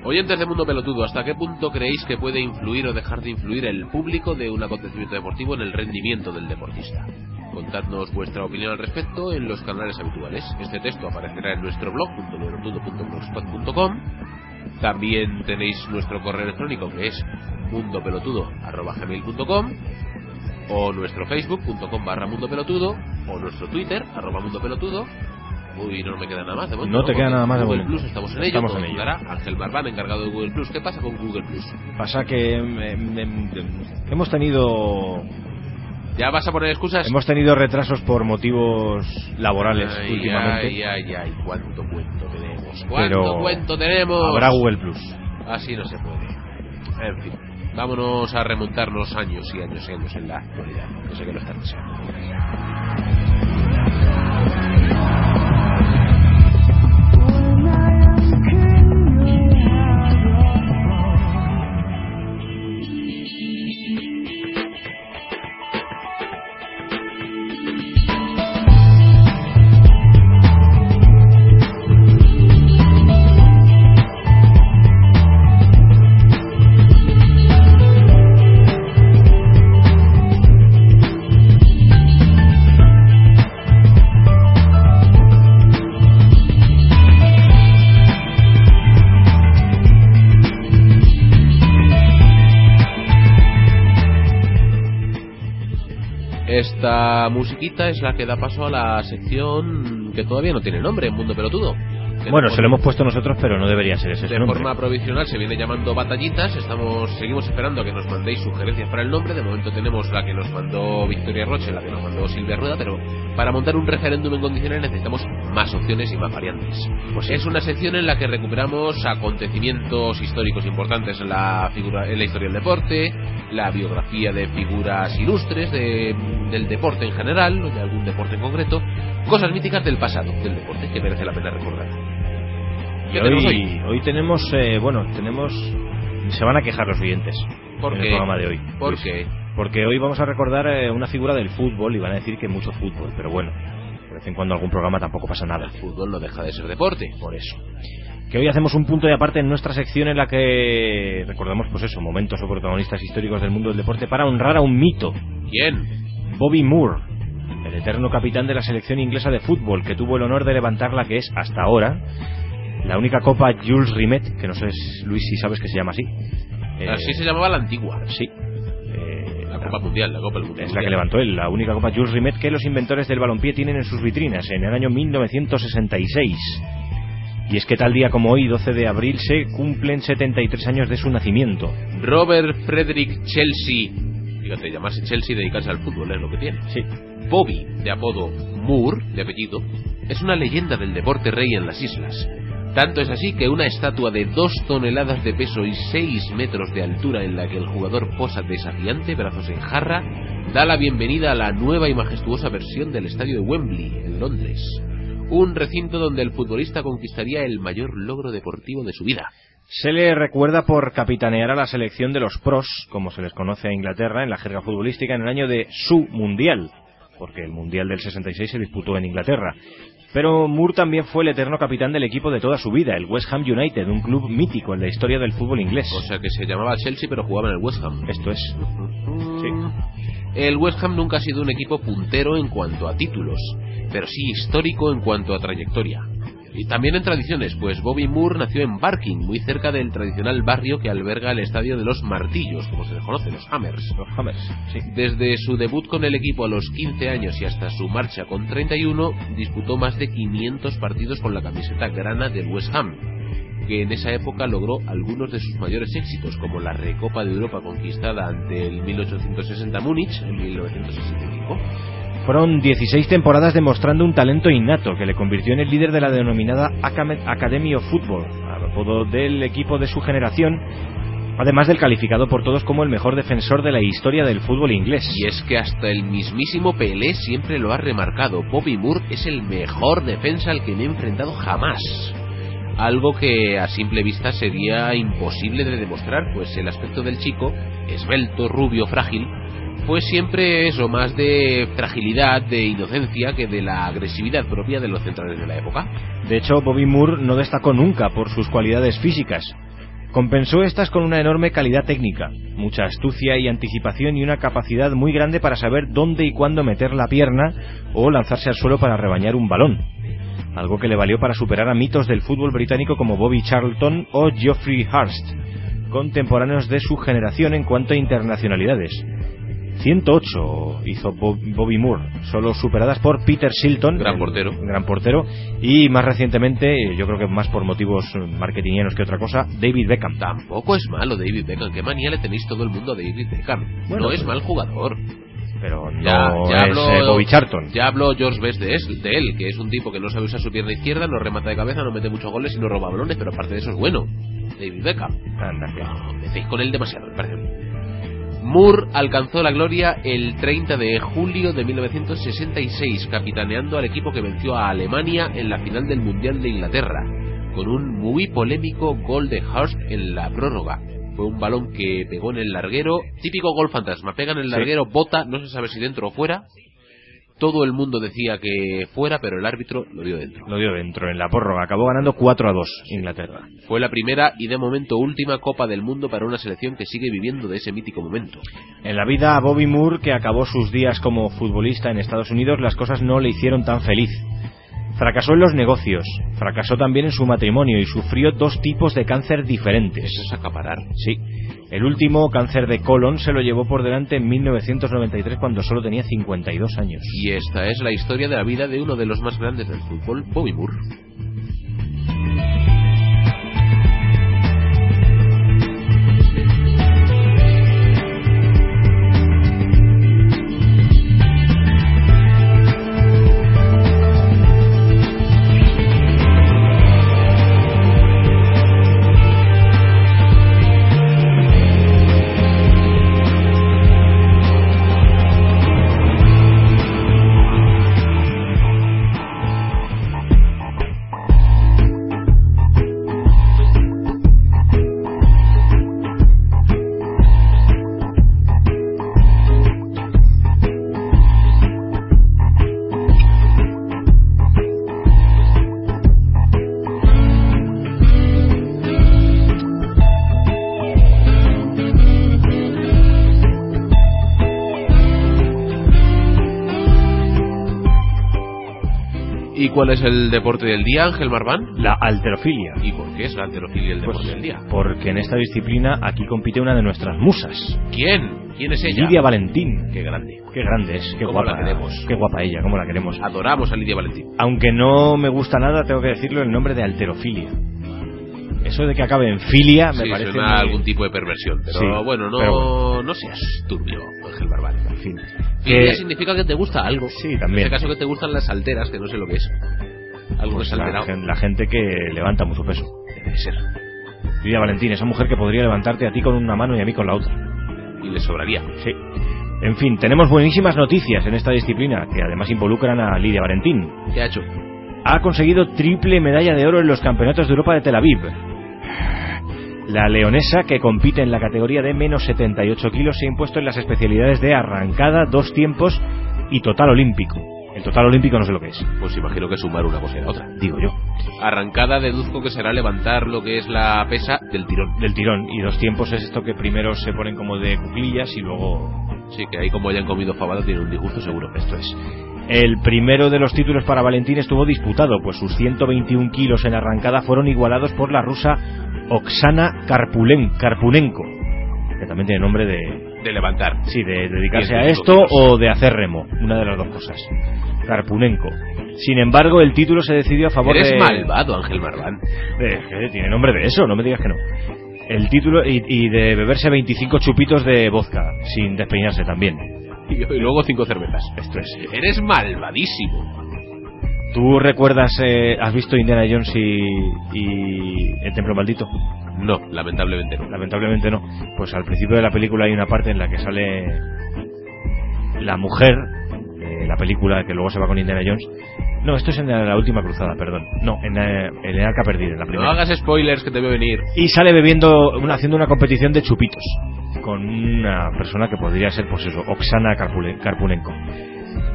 A: Oyentes de Mundo Pelotudo, ¿hasta qué punto creéis que puede influir o dejar de influir el público de un acontecimiento deportivo en el rendimiento del deportista? Contadnos vuestra opinión al respecto en los canales habituales. Este texto aparecerá en nuestro blog, mundopelotudo.blogspot.com. También tenéis nuestro correo electrónico que es mundopelotudo.gmail.com o nuestro facebook.com barra mundopelotudo o nuestro twitter arroba mundopelotudo Uy, no me queda nada más de momento,
B: No te queda
A: Porque
B: nada más de
A: Google
B: momento.
A: Plus estamos en ello,
B: Estamos
A: como
B: en ello.
A: contará Ángel Barbán encargado de Google Plus ¿qué pasa con Google Plus?
B: Pasa que em, em, em, hemos tenido
A: ¿ya vas a poner excusas?
B: hemos tenido retrasos por motivos laborales
A: ay,
B: últimamente.
A: ay, ay, ay, cuánto cuento tenemos cuánto
B: Pero
A: cuento tenemos
B: Habrá Google Plus.
A: así no se puede en fin vámonos a remontarnos años y años y años en la actualidad yo sé que lo están deseando Esta musiquita es la que da paso a la sección que todavía no tiene nombre, Mundo Pelotudo. Que
B: Bueno,
A: de
B: se
A: forma-
B: lo hemos puesto nosotros, pero no debería ser ese su
A: De
B: nombre.
A: forma provisional se viene llamando Batallitas. Estamos, seguimos esperando a que nos mandéis sugerencias para el nombre. De momento tenemos la que nos mandó Victoria Roche, la que nos mandó Silvia Rueda, pero para montar un referéndum en condiciones necesitamos más opciones y más variantes.
B: Pues sí.
A: es una sección en la que recuperamos acontecimientos históricos importantes en la, figura, en la historia del deporte, la biografía de figuras ilustres de- del deporte en general, o de algún deporte en concreto, cosas míticas del pasado del deporte que merece la pena recordar.
B: Y
A: ¿Qué
B: hoy,
A: tenemos hoy?
B: hoy? tenemos, eh, bueno, tenemos. Se van a quejar los oyentes
A: ¿Por
B: en
A: qué?
B: el programa de hoy.
A: ¿Por
B: Luis.
A: qué?
B: Porque hoy vamos a recordar eh, una figura del fútbol y van a decir que mucho fútbol, pero bueno, de vez en cuando algún programa tampoco pasa nada.
A: El fútbol no deja de ser deporte, por eso.
B: Que hoy hacemos un punto de aparte en nuestra sección en la que recordamos, pues eso, momentos o protagonistas históricos del mundo del deporte para honrar a un mito,
A: ¿Quién?
B: Bobby Moore, el eterno capitán de la selección inglesa de fútbol, que tuvo el honor de levantar la que es hasta ahora la única copa Jules Rimet, que no sé, Luis, si sabes que se llama así. Eh,
A: Así se llamaba la antigua.
B: Sí. Eh,
A: Ah, La Copa Mundial, la Copa del Mundo.
B: es la que levantó él, la única copa Jules Rimet que los inventores del balompié tienen en sus vitrinas en el año 1966. Y es que tal día como hoy, 12 de abril, se cumplen 73 años de su nacimiento.
A: Robert Frederick Chelsea. Fíjate, llamarse Chelsea y dedicarse al fútbol es lo que tiene.
B: Sí.
A: Bobby, de apodo Moore, de apellido, es una leyenda del deporte rey en las islas. Tanto es así que una estatua de 2 toneladas de peso y 6 metros de altura en la que el jugador posa desafiante, brazos en jarra, da la bienvenida a la nueva y majestuosa versión del estadio de Wembley, en Londres. Un recinto donde el futbolista conquistaría el mayor logro deportivo de su vida.
B: Se le recuerda por capitanear a la selección de los pros, como se les conoce a Inglaterra en la jerga futbolística, en el año de su mundial, porque el mundial del 66 se disputó en Inglaterra. Pero Moore también fue el eterno capitán del equipo de toda su vida, el West Ham United, un club mítico en la historia del fútbol inglés.
A: O sea que se llamaba Chelsea pero jugaba en el West Ham.
B: Esto es.
A: El West Ham nunca ha sido un equipo puntero en cuanto a títulos, pero sí histórico en cuanto a trayectoria. Y también en tradiciones, pues Bobby Moore nació en Barking, muy cerca del tradicional barrio que alberga el estadio de los Martillos, como se les conoce, los Hammers.
B: Los Hammers, sí.
A: Desde su debut con el equipo a los 15 años y hasta su marcha con 31, disputó más de 500 partidos con la camiseta grana del West Ham, que en esa época logró algunos de sus mayores éxitos, como la Recopa de Europa conquistada ante el 1860 Múnich en 1965.
B: Fueron 16 temporadas demostrando un talento innato que le convirtió en el líder de la denominada Acame- Academy of Football, apodo del equipo de su generación, Además del calificado por todos como el mejor defensor de la historia del fútbol inglés.
A: Y es que hasta el mismísimo Pelé siempre lo ha remarcado. Bobby Moore es el mejor defensa al que me he enfrentado jamás. Algo que a simple vista sería imposible de demostrar, pues el aspecto del chico, esbelto, rubio, frágil, pues siempre eso, más de fragilidad, de inocencia que de la agresividad propia de los centrales de la época.
B: De hecho, Bobby Moore no destacó nunca por sus cualidades físicas. Compensó estas con una enorme calidad técnica, mucha astucia y anticipación y una capacidad muy grande para saber dónde y cuándo meter la pierna o lanzarse al suelo para rebañar un balón. Algo que le valió para superar a mitos del fútbol británico como Bobby Charlton o Geoffrey Hurst, contemporáneos de su generación en cuanto a internacionalidades. 108 hizo Bo- Bobby Moore, solo superadas por Peter Shilton,
A: Gran
B: el
A: portero.
B: gran portero, y más recientemente, yo creo que más por motivos marketingianos que otra cosa, David Beckham.
A: Tampoco es malo David Beckham, qué manía le tenéis todo el mundo a David Beckham.
B: Bueno,
A: no es
B: pero-
A: mal jugador.
B: Pero no
A: Ya, ya
B: es
A: habló,
B: eh, Bobby Charlton.
A: Ya habló George Best de, es- de él, que es un tipo que no sabe usar su pierna izquierda, no remata de cabeza, no mete muchos goles y no roba balones, pero aparte de eso es bueno. David Beckham.
B: Anda, que-
A: No, empecéis con él demasiado, me parece. a mí. Moore alcanzó la gloria el 30 de julio de 1966, capitaneando al equipo que venció a Alemania en la final del Mundial de Inglaterra, con un muy polémico gol de Hurst en la prórroga. Fue un balón que pegó en el larguero, típico gol fantasma, pega en el
B: Sí.
A: larguero, bota, no se sabe si dentro o fuera. Todo el mundo decía que fuera, pero el árbitro lo dio dentro.
B: Lo dio dentro, en la prórroga. Acabó ganando 4 a 2 Inglaterra.
A: Fue la primera y de momento última Copa del Mundo para una selección que sigue viviendo de ese mítico momento.
B: En la vida a Bobby Moore, que acabó sus días como futbolista en Estados Unidos, las cosas no le hicieron tan feliz. Fracasó en los negocios, fracasó también en su matrimonio y sufrió dos tipos de cáncer diferentes.
A: Eso es acaparar.
B: Sí. El último cáncer de colon se lo llevó por delante en 1993 cuando solo tenía 52 años.
A: Y esta es la historia de la vida de uno de los más grandes del fútbol, Bobby Moore. ¿Y cuál es el deporte del día, Ángel Marván?
B: La alterofilia.
A: ¿Y por qué es la alterofilia el
B: Pues,
A: deporte del día?
B: porque en esta disciplina aquí compite una de nuestras musas,
A: ¿Quién? ¿Quién es ella?
B: Lidia Valentín.
A: Qué grande.
B: Qué grande es, qué
A: ¿Cómo
B: guapa.
A: la queremos?
B: Qué guapa ella, cómo la queremos.
A: Adoramos a Lidia Valentín.
B: Aunque no me gusta nada, tengo que decirlo el nombre de alterofilia. Eso de que acabe en filia me
A: sí,
B: parece
A: suena
B: muy-
A: a algún tipo de perversión, pero
B: Sí,
A: bueno, no,
B: pero
A: no seas turbio, Ángel Marván.
B: en fin.
A: Filia
B: Que-
A: significa que te gusta algo.
B: Sí, también.
A: En este caso que te gustan las alteras, que no sé lo que es. Algo que
B: pues
A: es
B: la,
A: alterado.
B: gen- la gente que levanta mucho peso.
A: Debe ser.
B: Lidia Valentín, esa mujer que podría levantarte a ti con una mano y a mí con la otra.
A: Y le sobraría.
B: Sí. En fin, tenemos buenísimas noticias en esta disciplina, que además involucran a Lidia Valentín.
A: ¿Qué ha hecho?
B: ha conseguido triple medalla de oro en los Campeonatos de Europa de Tel Aviv. La leonesa, que compite en la categoría de menos 78 kilos, se ha impuesto en las especialidades de arrancada, dos tiempos y total olímpico. El total olímpico no sé lo que es,
A: Pues imagino que sumar una cosa y la otra.
B: digo yo,
A: Arrancada deduzco que será levantar lo que es la pesa del tirón.
B: del tirón. Y dos tiempos es esto que primero se ponen como de cuclillas y luego
A: Sí, que ahí como hayan comido fabada tiene un disgusto seguro. Esto es.
B: El primero de los títulos para Valentín estuvo disputado, pues sus 121 kilos en arrancada fueron igualados por la rusa Oksana Karpulen- Karpunenko, que también tiene nombre de,
A: De levantar.
B: sí, de dedicarse a
A: 10
B: esto
A: kilos.
B: o de hacer remo, una de las dos cosas. Karpunenko. Sin embargo, el título se decidió a favor
A: Eres
B: de...
A: malvado, Ángel Marván.
B: de- eh, tiene nombre de eso, no me digas que no. El título y, y de beberse 25 chupitos de vodka, sin despeinarse también.
A: Y, y luego cinco cervezas.
B: Esto es...
A: Eres malvadísimo.
B: ¿Tú recuerdas, eh, has visto Indiana Jones y, y El Templo Maldito?
A: No, lamentablemente no.
B: Lamentablemente no. Pues al principio de la película hay una parte en la que sale la mujer de la película que luego se va con Indiana Jones. No, esto es en la última cruzada, perdón. No, en, la- en el arca perdida, en la
A: No
B: primera.
A: hagas spoilers que te veo venir.
B: Y sale bebiendo, una- haciendo una competición de chupitos con una persona que podría ser, pues eso, Oksana Karpule- Karpunenko.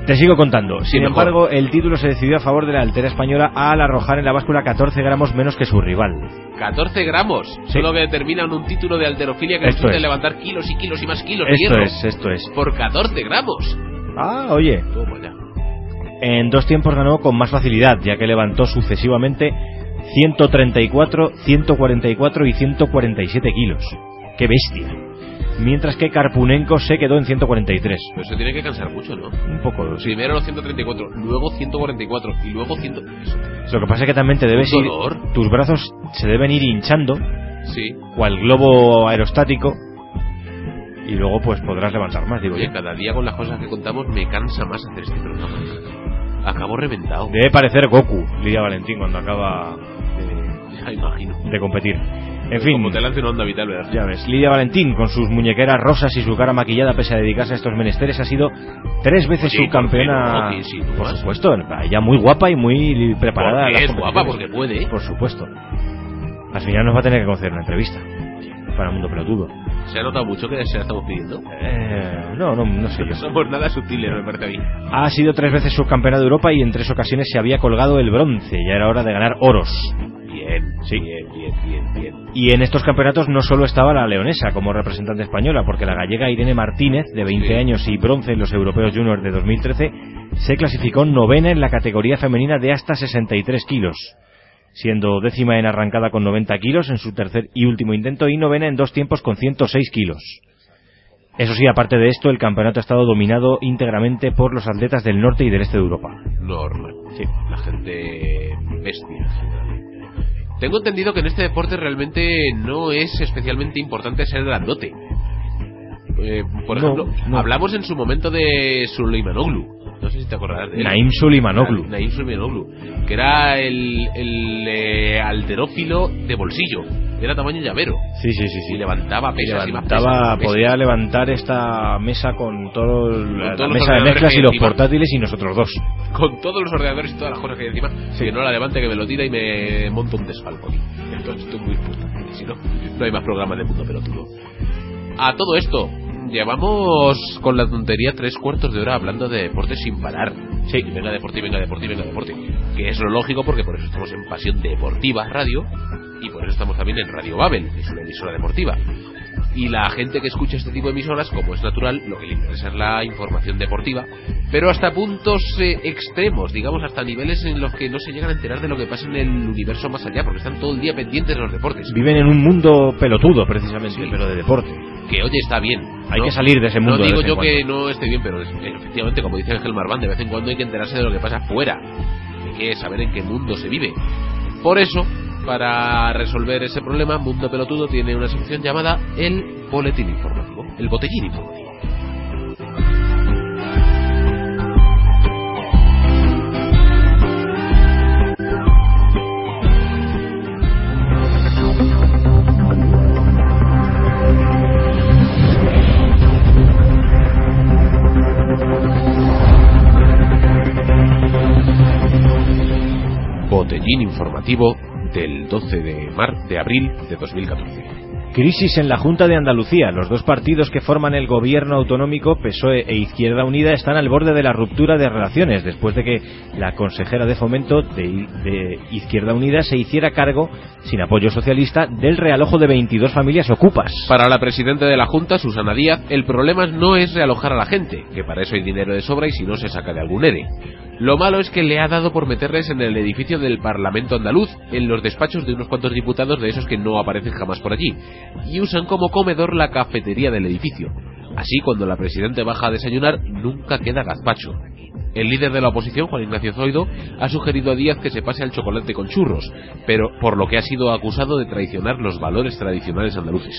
B: Te sigo contando. Sin
A: mejor.
B: embargo, el título se decidió a favor de la altera española al arrojar en la báscula 14 gramos menos que su rival.
A: 14 gramos.
B: Sí.
A: Solo que determinan un título de alterofilia que
B: Esto
A: resulta
B: es.
A: levantar kilos y kilos y más kilos de
B: Esto
A: hierro.
B: es, eh. esto es.
A: Por 14 gramos.
B: Ah, oye,
A: Toma ya.
B: En dos tiempos ganó con más facilidad, ya que levantó sucesivamente 134, 144 y 147 kilos. ¡Qué bestia! Mientras que Karpunenko se quedó en 143.
A: Pero eso tiene que cansar mucho, ¿no?
B: Un poco, sí.
A: Primero los 134, luego 144 y luego 100.
B: Lo que pasa es que también te debes
A: Un
B: ir...
A: dolor.
B: Tus brazos se deben ir hinchando,
A: Sí.
B: cual globo aerostático, y luego pues podrás levantar más, digo yo.
A: Oye, cada día con las cosas que contamos me cansa más hacer este programa. Acabo reventado.
B: Debe parecer Goku, Lidia Valentín, cuando acaba de,
A: Ya imagino.
B: de competir. En fin...
A: Como te lance una onda vital, ¿verdad?
B: Ya ves, Lidia Valentín, con sus muñequeras rosas y su cara maquillada, pese a dedicarse a estos menesteres, ha sido tres veces
A: Oye, ¿y Pues por qué
B: subcampeona.
A: no? ¿Qué insinúas?
B: por supuesto, ella muy guapa y muy preparada.
A: Porque
B: a las
A: es guapa, porque
B: competiciones.
A: puede. ¿eh?
B: Por supuesto. Al final nos va a tener que conceder una entrevista para el mundo pelotudo.
A: Se ha notado mucho que se la estamos pidiendo.
B: Eh, no, no, no sé
A: No
B: yo.
A: somos nada sutiles, me parece a mí.
B: Ha sido tres veces subcampeona de Europa y en tres ocasiones se había colgado el bronce. Ya era hora de ganar oros.
A: Bien,
B: Sí.
A: bien, bien, bien, bien.
B: Y en estos campeonatos no solo estaba la leonesa como representante española, porque la gallega Irene Martínez, de 20
A: Sí.
B: años y bronce en los Europeos Juniors de 2013, se clasificó novena en la categoría femenina de hasta 63 kilos, siendo décima en arrancada con 90 kilos en su tercer y último intento y novena en dos tiempos con 106 kilos. Eso sí, aparte de esto, el campeonato ha estado dominado íntegramente por los atletas del norte y del este de Europa.
A: Normal.
B: Sí.
A: La gente bestia. Tengo entendido que en este deporte realmente no es especialmente importante ser grandote. Eh, por
B: No,
A: ejemplo,
B: no.
A: hablamos en su momento de Suleimanoglu. No sé si te acordarás de él.
B: Naim Suleimanoglu.
A: Naim Suleimanoglu, que era el, el eh, alterófilo de bolsillo. Era tamaño llavero.
B: Sí, sí, sí,
A: Y levantaba pesas y más
B: levantaba,
A: pesas.
B: podía levantar esta mesa con todo el- la,
A: Con todos los
B: mesa de
A: ordenadores
B: mezclas
A: que
B: y los
A: encima.
B: portátiles y nosotros dos.
A: con todos los ordenadores y todas las cosas que hay encima, que no la levante, que me lo tira y me monto un desfalco aquí. Entonces tú muy puta, porque si no, no hay más programas de mundo pelotudo. A todo esto, llevamos con la tontería tres cuartos de hora hablando de deporte sin parar. Sí. Y venga deporte, y venga deporte, y venga deporte. Que es lo lógico porque por eso estamos en Pasión Deportiva Radio y por eso estamos también en Radio Babel, que es una emisora deportiva. Y la gente que escucha este tipo de emisoras, como es natural, lo que le interesa es la información deportiva, pero hasta puntos eh, extremos, digamos, hasta niveles en los que no se llegan a enterar de lo que pasa en el universo más allá, porque están todo el día pendientes de los deportes.
B: Viven en un mundo pelotudo, precisamente,
A: Sí.
B: pero de deporte.
A: Que oye, está bien.
B: Hay
A: ¿no?
B: que salir de ese Este mundo.
A: No
B: de
A: digo
B: vez en
A: yo
B: cuando.
A: que no esté bien, pero es- eh, efectivamente, como dice Ángel Marván, de vez en cuando hay que enterarse de lo que pasa fuera. Hay que saber en qué mundo se vive. Por eso, para resolver ese problema, Mundo Pelotudo tiene una sección llamada el boletín informativo, el botellín informativo. Botellín informativo del 12 de mar de abril de 2014.
B: Crisis en la Junta de Andalucía. Los dos partidos que forman el gobierno autonómico, PSOE e Izquierda Unida, están al borde de la ruptura de relaciones después de que la consejera de fomento de, de Izquierda Unida se hiciera cargo, sin apoyo socialista, del realojo de 22 familias ocupas.
A: Para la presidenta de la Junta, Susana Díaz, el problema no es realojar a la gente, que para eso hay dinero de sobra y si no se saca de algún ERE. Lo malo es que le ha dado por meterles en el edificio del Parlamento andaluz, en los despachos de unos cuantos diputados de esos que no aparecen jamás por allí, y usan como comedor la cafetería del edificio. Así, cuando la presidenta baja a desayunar, nunca queda gazpacho. El líder de la oposición, Juan Ignacio Zoido, ha sugerido a Díaz que se pase al chocolate con churros, pero por lo que ha sido acusado de traicionar los valores tradicionales andaluces.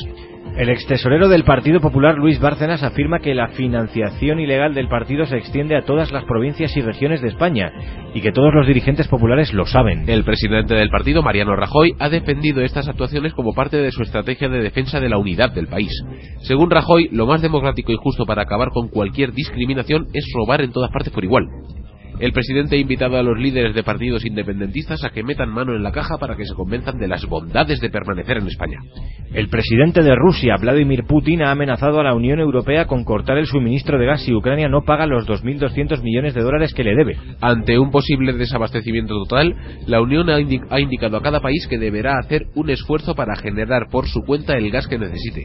B: El extesorero del Partido Popular, Luis Bárcenas, afirma que la financiación ilegal del partido se extiende a todas las provincias y regiones de España y que todos los dirigentes populares lo saben.
A: El presidente del partido, Mariano Rajoy, ha defendido estas actuaciones como parte de su estrategia de defensa de la unidad del país. Según Rajoy, lo más democrático y justo para acabar con cualquier discriminación es robar en todas partes por igual. El presidente ha invitado a los líderes de partidos independentistas a que metan mano en la caja para que se convenzan de las bondades de permanecer en España.
B: El presidente de Rusia, Vladimir Putin, ha amenazado a la Unión Europea con cortar el suministro de gas si Ucrania no paga los 2.200 millones de dólares que le debe.
A: Ante un posible desabastecimiento total, la Unión ha, indi- ha indicado a cada país que deberá hacer un esfuerzo para generar por su cuenta el gas que necesite.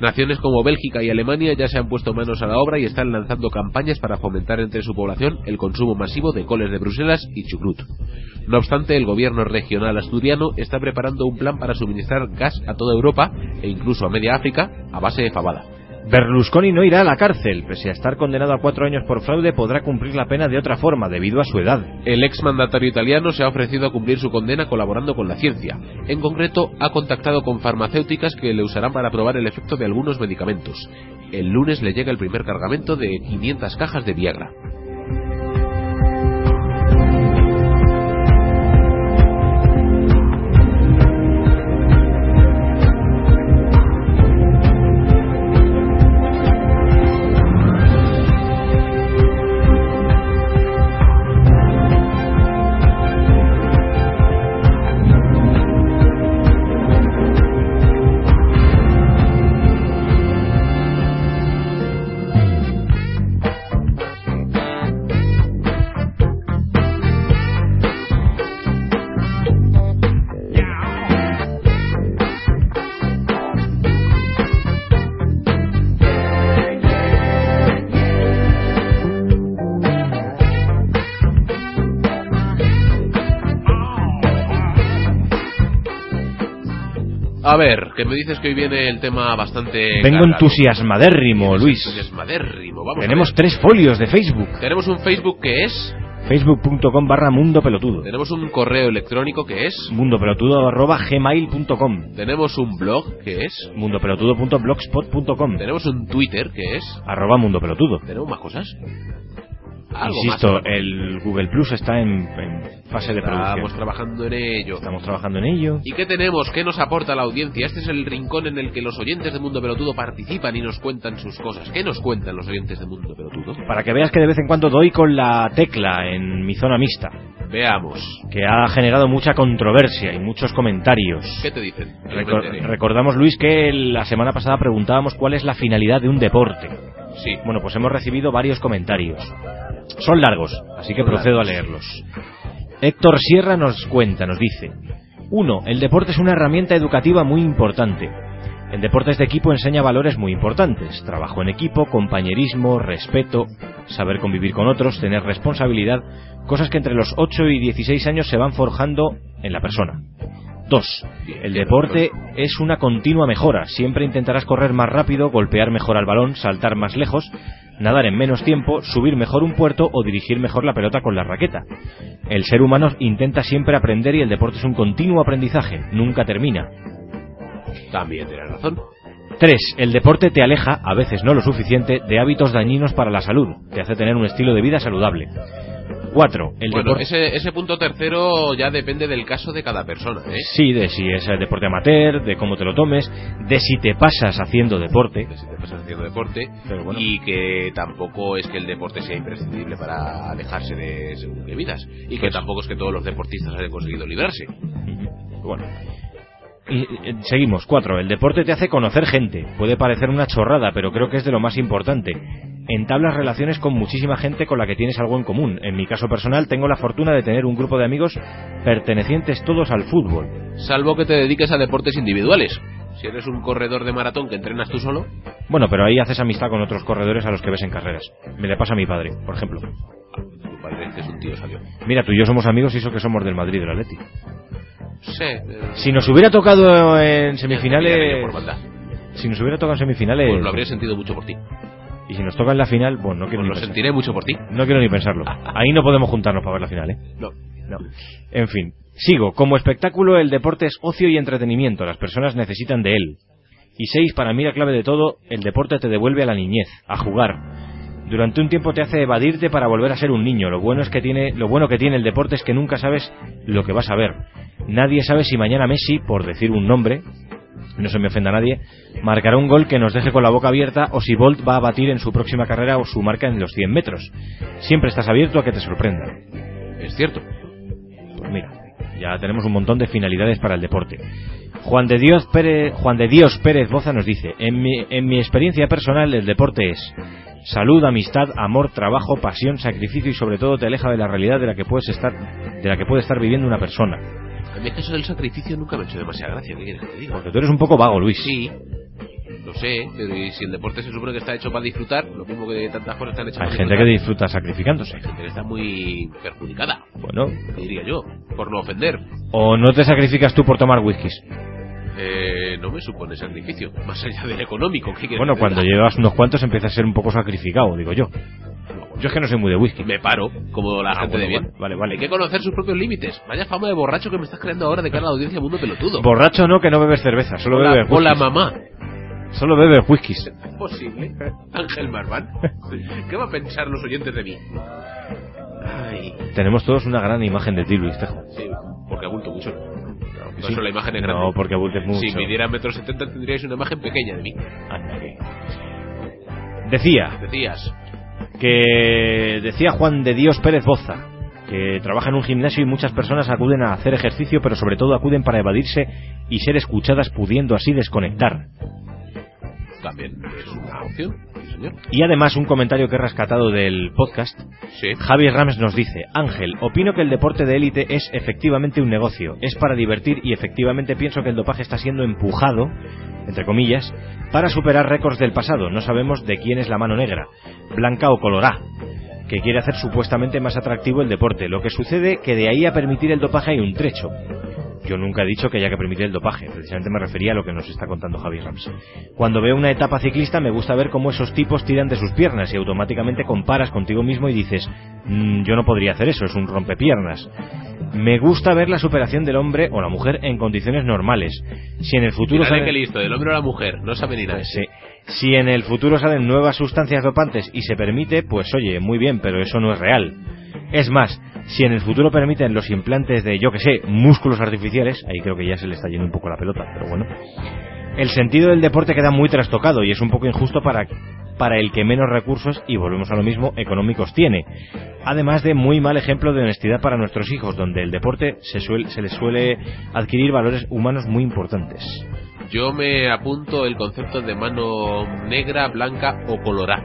A: Naciones como Bélgica y Alemania ya se han puesto manos a la obra y están lanzando campañas para fomentar entre su población el consumo masivo de coles de Bruselas y chucrut. No obstante, el gobierno regional asturiano está preparando un plan para suministrar gas a toda Europa e incluso a media África a base de fabada.
B: Berlusconi no irá a la cárcel. Pese a estar condenado a cuatro años por fraude, podrá cumplir la pena de otra forma, debido a su edad.
A: El exmandatario italiano se ha ofrecido a cumplir su condena colaborando con la ciencia. En concreto, ha contactado con farmacéuticas que le usarán para probar el efecto de algunos medicamentos. El lunes le llega el primer cargamento de 500 cajas de Viagra. A ver, que me dices que hoy viene el tema bastante...
B: Vengo
A: cargado.
B: entusiasmadérrimo,
A: Vienes
B: Luis.
A: entusiasmadérrimo. Vamos a
B: Tenemos
A: ver.
B: tres folios de Facebook.
A: Tenemos un Facebook que es...
B: Facebook.com barra mundo pelotudo.
A: Tenemos un correo electrónico que es...
B: Mundo pelotudo arroba gmail.com.
A: Tenemos un blog que es...
B: Mundo pelotudo.blogspot.com.
A: Tenemos un Twitter que es...
B: Arroba mundo pelotudo.
A: ¿Tenemos más cosas? Algo más,
B: Insisto,
A: algo más.
B: el Google Plus está en, en fase de
A: Estamos
B: producción.
A: trabajando en ello.
B: Estamos trabajando en ello.
A: ¿Y qué tenemos? ¿Qué nos aporta la audiencia? Este es el rincón en el que los oyentes de Mundo Pelotudo participan y nos cuentan sus cosas. ¿Qué nos cuentan los oyentes de Mundo Pelotudo?
B: Para que veas que de vez en cuando doy con la tecla en mi zona mixta,
A: Veamos.
B: que ha generado mucha controversia y muchos comentarios.
A: ¿Qué te dicen? Que no me
B: Recor-
A: enteré.
B: recordamos, Luis, que la semana pasada preguntábamos cuál es la finalidad de un deporte.
A: Sí.
B: Bueno, pues hemos recibido varios comentarios. Son largos, así que
A: Son
B: procedo
A: largos.
B: a leerlos. Héctor Sierra nos cuenta, nos dice, 1. El deporte es una herramienta educativa muy importante. En deportes de equipo enseña valores muy importantes. Trabajo en equipo, compañerismo, respeto, saber convivir con otros, tener responsabilidad, cosas que entre los 8 y 16 años se van forjando en la persona. 2. El deporte es una continua mejora. Siempre intentarás correr más rápido, golpear mejor al balón, saltar más lejos, nadar en menos tiempo, subir mejor un puerto o dirigir mejor la pelota con la raqueta. El ser humano intenta siempre aprender y el deporte es un continuo aprendizaje, nunca termina.
A: También tienes razón.
B: 3. El deporte te aleja, a veces no lo suficiente, de hábitos dañinos para la salud. Te hace tener un estilo de vida saludable. 4. El
A: bueno,
B: deporte...
A: ese, ese punto tercero ya depende del caso de cada persona, ¿eh?
B: Sí, de si es eh, deporte amateur, de cómo te lo tomes, de si te pasas haciendo deporte.
A: De si te pasas haciendo deporte
B: Pero bueno.
A: y que tampoco es que el deporte sea imprescindible para alejarse de según qué vidas y que
B: Pues-
A: tampoco es que todos los deportistas hayan conseguido librarse.
B: Bueno. Y, eh, seguimos. 4. El deporte te hace conocer gente. Puede parecer una chorrada, pero creo que es de lo más importante. Entablas relaciones con muchísima gente con la que tienes algo en común. En mi caso personal, tengo la fortuna de tener un grupo de amigos pertenecientes todos al fútbol.
A: Salvo que te dediques a deportes individuales. Si eres un corredor de maratón que entrenas tú solo,
B: Bueno, pero ahí haces amistad con otros corredores a los que ves en carreras. Me le pasa a mi padre, por ejemplo.
A: tu padre es que es un tío sabio.
B: Mira, tú y yo somos amigos y eso que somos del Madrid y del Atleti.
A: Sí. eh,
B: Si nos hubiera tocado en
A: ya te pillaré yo
B: semifinales...
A: por pues maldad.
B: Si nos hubiera tocado en semifinales...
A: Pues lo habría sentido mucho por ti.
B: Y si nos toca en la final, bueno, no quiero
A: Pues
B: ni
A: lo
B: pensar.
A: sentiré mucho por ti.
B: No quiero ni pensarlo. Ahí no podemos juntarnos para ver la final, ¿eh?
A: No.
B: No. En fin, sigo. Como espectáculo, el deporte es ocio y entretenimiento. Las personas necesitan de él. Y seis, para mí la clave de todo, el deporte te devuelve a la niñez, a jugar. Durante un tiempo te hace evadirte para volver a ser un niño. Lo bueno es que tiene, lo bueno que tiene el deporte es que nunca sabes lo que vas a ver. Nadie sabe si mañana Messi, por decir un nombre, no se me ofenda a nadie, marcará un gol que nos deje con la boca abierta o si Bolt va a batir en su próxima carrera o su marca en los 100 metros. Siempre estás abierto a que te sorprendan.
A: Es cierto.
B: Pues mira, ya tenemos un montón de finalidades para el deporte. Juan de Dios Pérez, Juan de Dios Pérez Boza nos dice, en mi, en mi experiencia personal el deporte es salud, amistad, amor, trabajo, pasión, sacrificio y sobre todo te aleja de la realidad de la que puedes estar, de la que puede estar viviendo una persona.
A: A mí es que eso del sacrificio nunca me ha hecho demasiada gracia. ¿Qué quieres que te diga?
B: Porque tú eres un poco vago, Luis.
A: Sí. Lo sé, pero y si el deporte se supone que está hecho para disfrutar, lo mismo que tantas cosas están hechas
B: Hay
A: para
B: gente que
A: disfrutar,
B: disfruta sacrificándose.
A: hay gente que está muy perjudicada,
B: Bueno,
A: diría yo, por no ofender.
B: o no te sacrificas tú por tomar whiskies.
A: Eh, no me supone sacrificio, más allá del económico. ¿qué quieres
B: Bueno,
A: que te
B: cuando
A: diga?
B: llevas unos cuantos empiezas a ser un poco sacrificado, digo yo. Yo es que no soy muy de whisky.
A: me paro, como la
B: Ah,
A: gente
B: bueno,
A: de bien.
B: bueno, vale, vale.
A: Hay que conocer sus propios límites. Vaya fama de borracho que me estás creando ahora de cara a la audiencia mundo pelotudo.
B: Borracho no, que no bebes cerveza, solo
A: Hola-
B: bebes
A: hola,
B: whiskies.
A: mamá.
B: Solo bebes whiskies.
A: ¿Es posible? Ángel Marván. ¿Qué va a pensar los oyentes de mí? Ay,
B: Tenemos todos una gran imagen de ti, Luis Tejo.
A: sí, porque abulto mucho. No,
B: Sí.
A: eso la imagen es
B: No,
A: grande.
B: porque abultes mucho.
A: Si midiera metro setenta tendríais una imagen pequeña de mí.
B: Anda, que- Decía
A: Decías,
B: que decía Juan de Dios Pérez Boza que trabaja en un gimnasio y muchas personas acuden a hacer ejercicio, pero sobre todo acuden para evadirse y ser escuchadas, pudiendo así desconectar.
A: también es una opción, sí, señor.
B: Y además un comentario que he rescatado del podcast
A: Sí.
B: Javi Rames nos dice, Ángel, opino que el deporte de élite es efectivamente un negocio, es para divertir y efectivamente pienso que el dopaje está siendo empujado, entre comillas, para superar récords del pasado. No sabemos de quién es la mano negra, blanca o colorá, que quiere hacer supuestamente más atractivo el deporte. Lo que sucede que de ahí a permitir el dopaje hay un trecho. Yo nunca he dicho que haya que permitir el dopaje, precisamente me refería a lo que nos está contando Javi Rams. Cuando veo una etapa ciclista me gusta ver cómo esos tipos tiran de sus piernas y automáticamente comparas contigo mismo y dices, "Mm, yo no podría hacer eso, es un rompepiernas. Me gusta ver la superación del hombre o la mujer en condiciones normales. Si en el futuro...
A: Mirad
B: sale-
A: qué listo, del hombre a la mujer, no sabe ni nada.
B: pues sí. Si en el futuro salen nuevas sustancias dopantes y se permite, pues oye, muy bien, pero eso no es real. Es más, si en el futuro permiten los implantes de, yo que sé, músculos artificiales, ahí creo que ya se le está yendo un poco la pelota, pero bueno. El sentido del deporte queda muy trastocado y es un poco injusto para, para el que menos recursos, y volvemos a lo mismo, económicos tiene. Además de muy mal ejemplo de honestidad para nuestros hijos, donde el deporte se, suel- se les suele adquirir valores humanos muy importantes.
A: Yo me apunto el concepto de mano negra, blanca o colorá.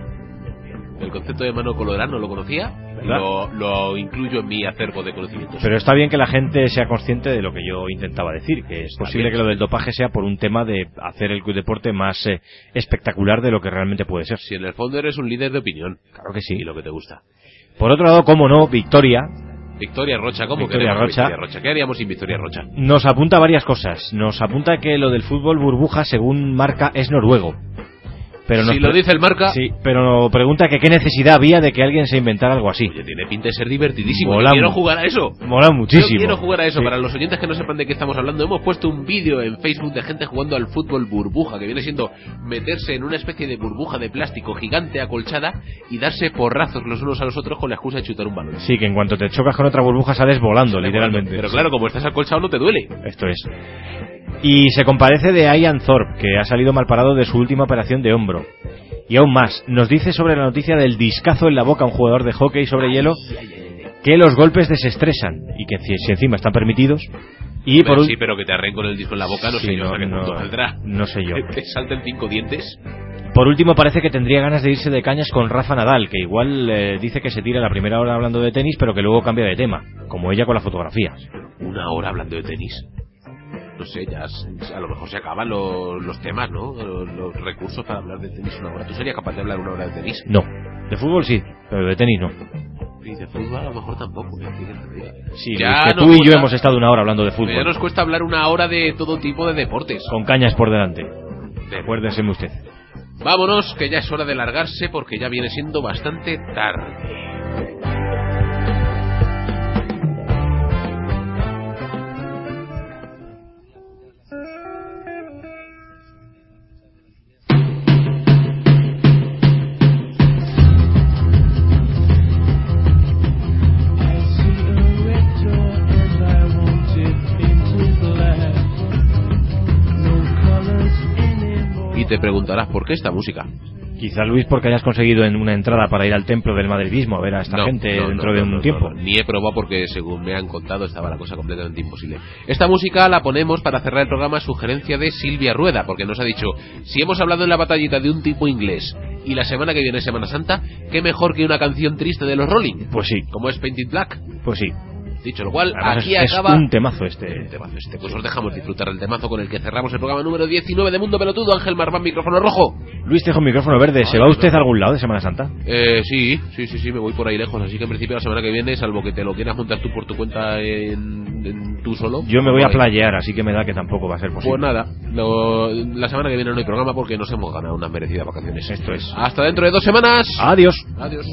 A: El concepto de mano colorá no lo conocía.
B: ¿Verdad?
A: Lo, lo incluyo en mi acervo de conocimientos.
B: Pero está bien que la gente sea consciente de lo que yo intentaba decir, que es posible
A: bien.
B: que lo del dopaje sea por un tema de hacer el deporte más eh, espectacular de lo que realmente puede ser.
A: Si en el fondo eres un líder de opinión.
B: Claro que
A: Y lo que te gusta.
B: Por otro lado, cómo no, Victoria
A: Victoria Rocha, ¿cómo
B: Victoria
A: queremos a
B: Rocha.
A: Victoria Rocha? ¿Qué haríamos sin Victoria Rocha?
B: nos apunta varias cosas. Nos apunta que lo del fútbol burbuja, según marca, es noruego. Pero nos
A: si lo
B: pre-
A: dice el marca,
B: Sí, pero pregunta que qué necesidad había de que alguien se inventara algo así.
A: oye, tiene pinta de ser divertidísimo. Yo
B: Mola
A: quiero
B: mu-
A: jugar a eso.
B: Mola muchísimo.
A: Yo quiero jugar a eso.
B: Sí.
A: Para los oyentes que no sepan de qué estamos hablando, hemos puesto un vídeo en Facebook de gente jugando al fútbol burbuja, que viene siendo meterse en una especie de burbuja de plástico gigante acolchada y darse porrazos los unos a los otros con la excusa de chutar un balón.
B: Sí, que en cuanto te chocas con otra burbuja sales volando, literalmente.
A: Pero claro, como estás acolchado no te duele.
B: Esto es. Y se comparece de Ian Thorpe, que ha salido mal parado de su última operación de hombro. Y aún más, nos dice sobre la noticia del discazo en la boca a un jugador de hockey sobre hielo que los golpes desestresan y que si si encima están permitidos. Y
A: Pero
B: por un-
A: Sí, pero que te arren con el disco en la boca, no
B: Sí,
A: sé yo
B: no,
A: hasta qué
B: no,
A: punto saldrá.
B: no sé yo.
A: Que Te salten cinco dientes.
B: Por último, parece que tendría ganas de irse de cañas con Rafa Nadal, que igual eh, dice que se tira la primera hora hablando de tenis, pero que luego cambia de tema, como ella con la fotografía.
A: Una hora hablando de tenis. No sé, ya s- a lo mejor se acaban los, los temas, ¿no? Los, los recursos para hablar de tenis una hora. ¿Tú serías capaz de hablar una hora de tenis?
B: No, de fútbol sí, pero de tenis no.
A: Y de fútbol a lo mejor tampoco. ¿eh? Fíjate, tío.
B: Sí,
A: Ya
B: Luis, que
A: nos
B: tú y yo
A: cuesta-
B: hemos estado una hora hablando de
A: Pero
B: fútbol.
A: Ya nos cuesta hablar una hora de todo tipo de deportes.
B: con cañas por delante.
A: De-
B: Acuérdeseme usted.
A: Vámonos, que ya es hora de largarse porque ya viene siendo bastante tarde. Y te preguntarás por qué esta música.
B: Quizá Luis porque hayas conseguido en una entrada para ir al templo del madridismo a ver a esta
A: No,
B: gente
A: no, no,
B: dentro
A: no,
B: de
A: no,
B: un
A: no,
B: tiempo.
A: no. Ni he probado porque, según me han contado, estaba la cosa completamente imposible. Esta música la ponemos para cerrar el programa a sugerencia de Silvia Rueda, porque nos ha dicho, si hemos hablado en la batallita de un tipo inglés y la semana que viene es Semana Santa, qué mejor que una canción triste de los Rolling,
B: Pues sí,
A: como es Painted Black.
B: pues sí.
A: Dicho lo cual,
B: Además,
A: aquí
B: es, es
A: acaba...
B: un temazo este.
A: el temazo este. Pues os dejamos disfrutar del temazo con el que cerramos el programa número 19 de Mundo Pelotudo. Ángel Marván, micrófono rojo.
B: Luis, te dejo un micrófono verde. ¿Se
A: Ay,
B: va
A: no.
B: usted a algún lado de Semana Santa?
A: Eh, sí, sí, sí, sí, me voy por ahí lejos. Así que en principio la semana que viene, salvo que te lo quieras montar tú por tu cuenta en, en tú solo.
B: Yo me voy a
A: por ahí.
B: playear, así que me da que tampoco va a ser posible.
A: Pues nada, lo- la semana que viene
B: Este.
A: no hay programa porque nos hemos ganado unas merecidas vacaciones.
B: Esto es. Ah.
A: Hasta dentro de dos semanas.
B: Adiós.
A: Adiós.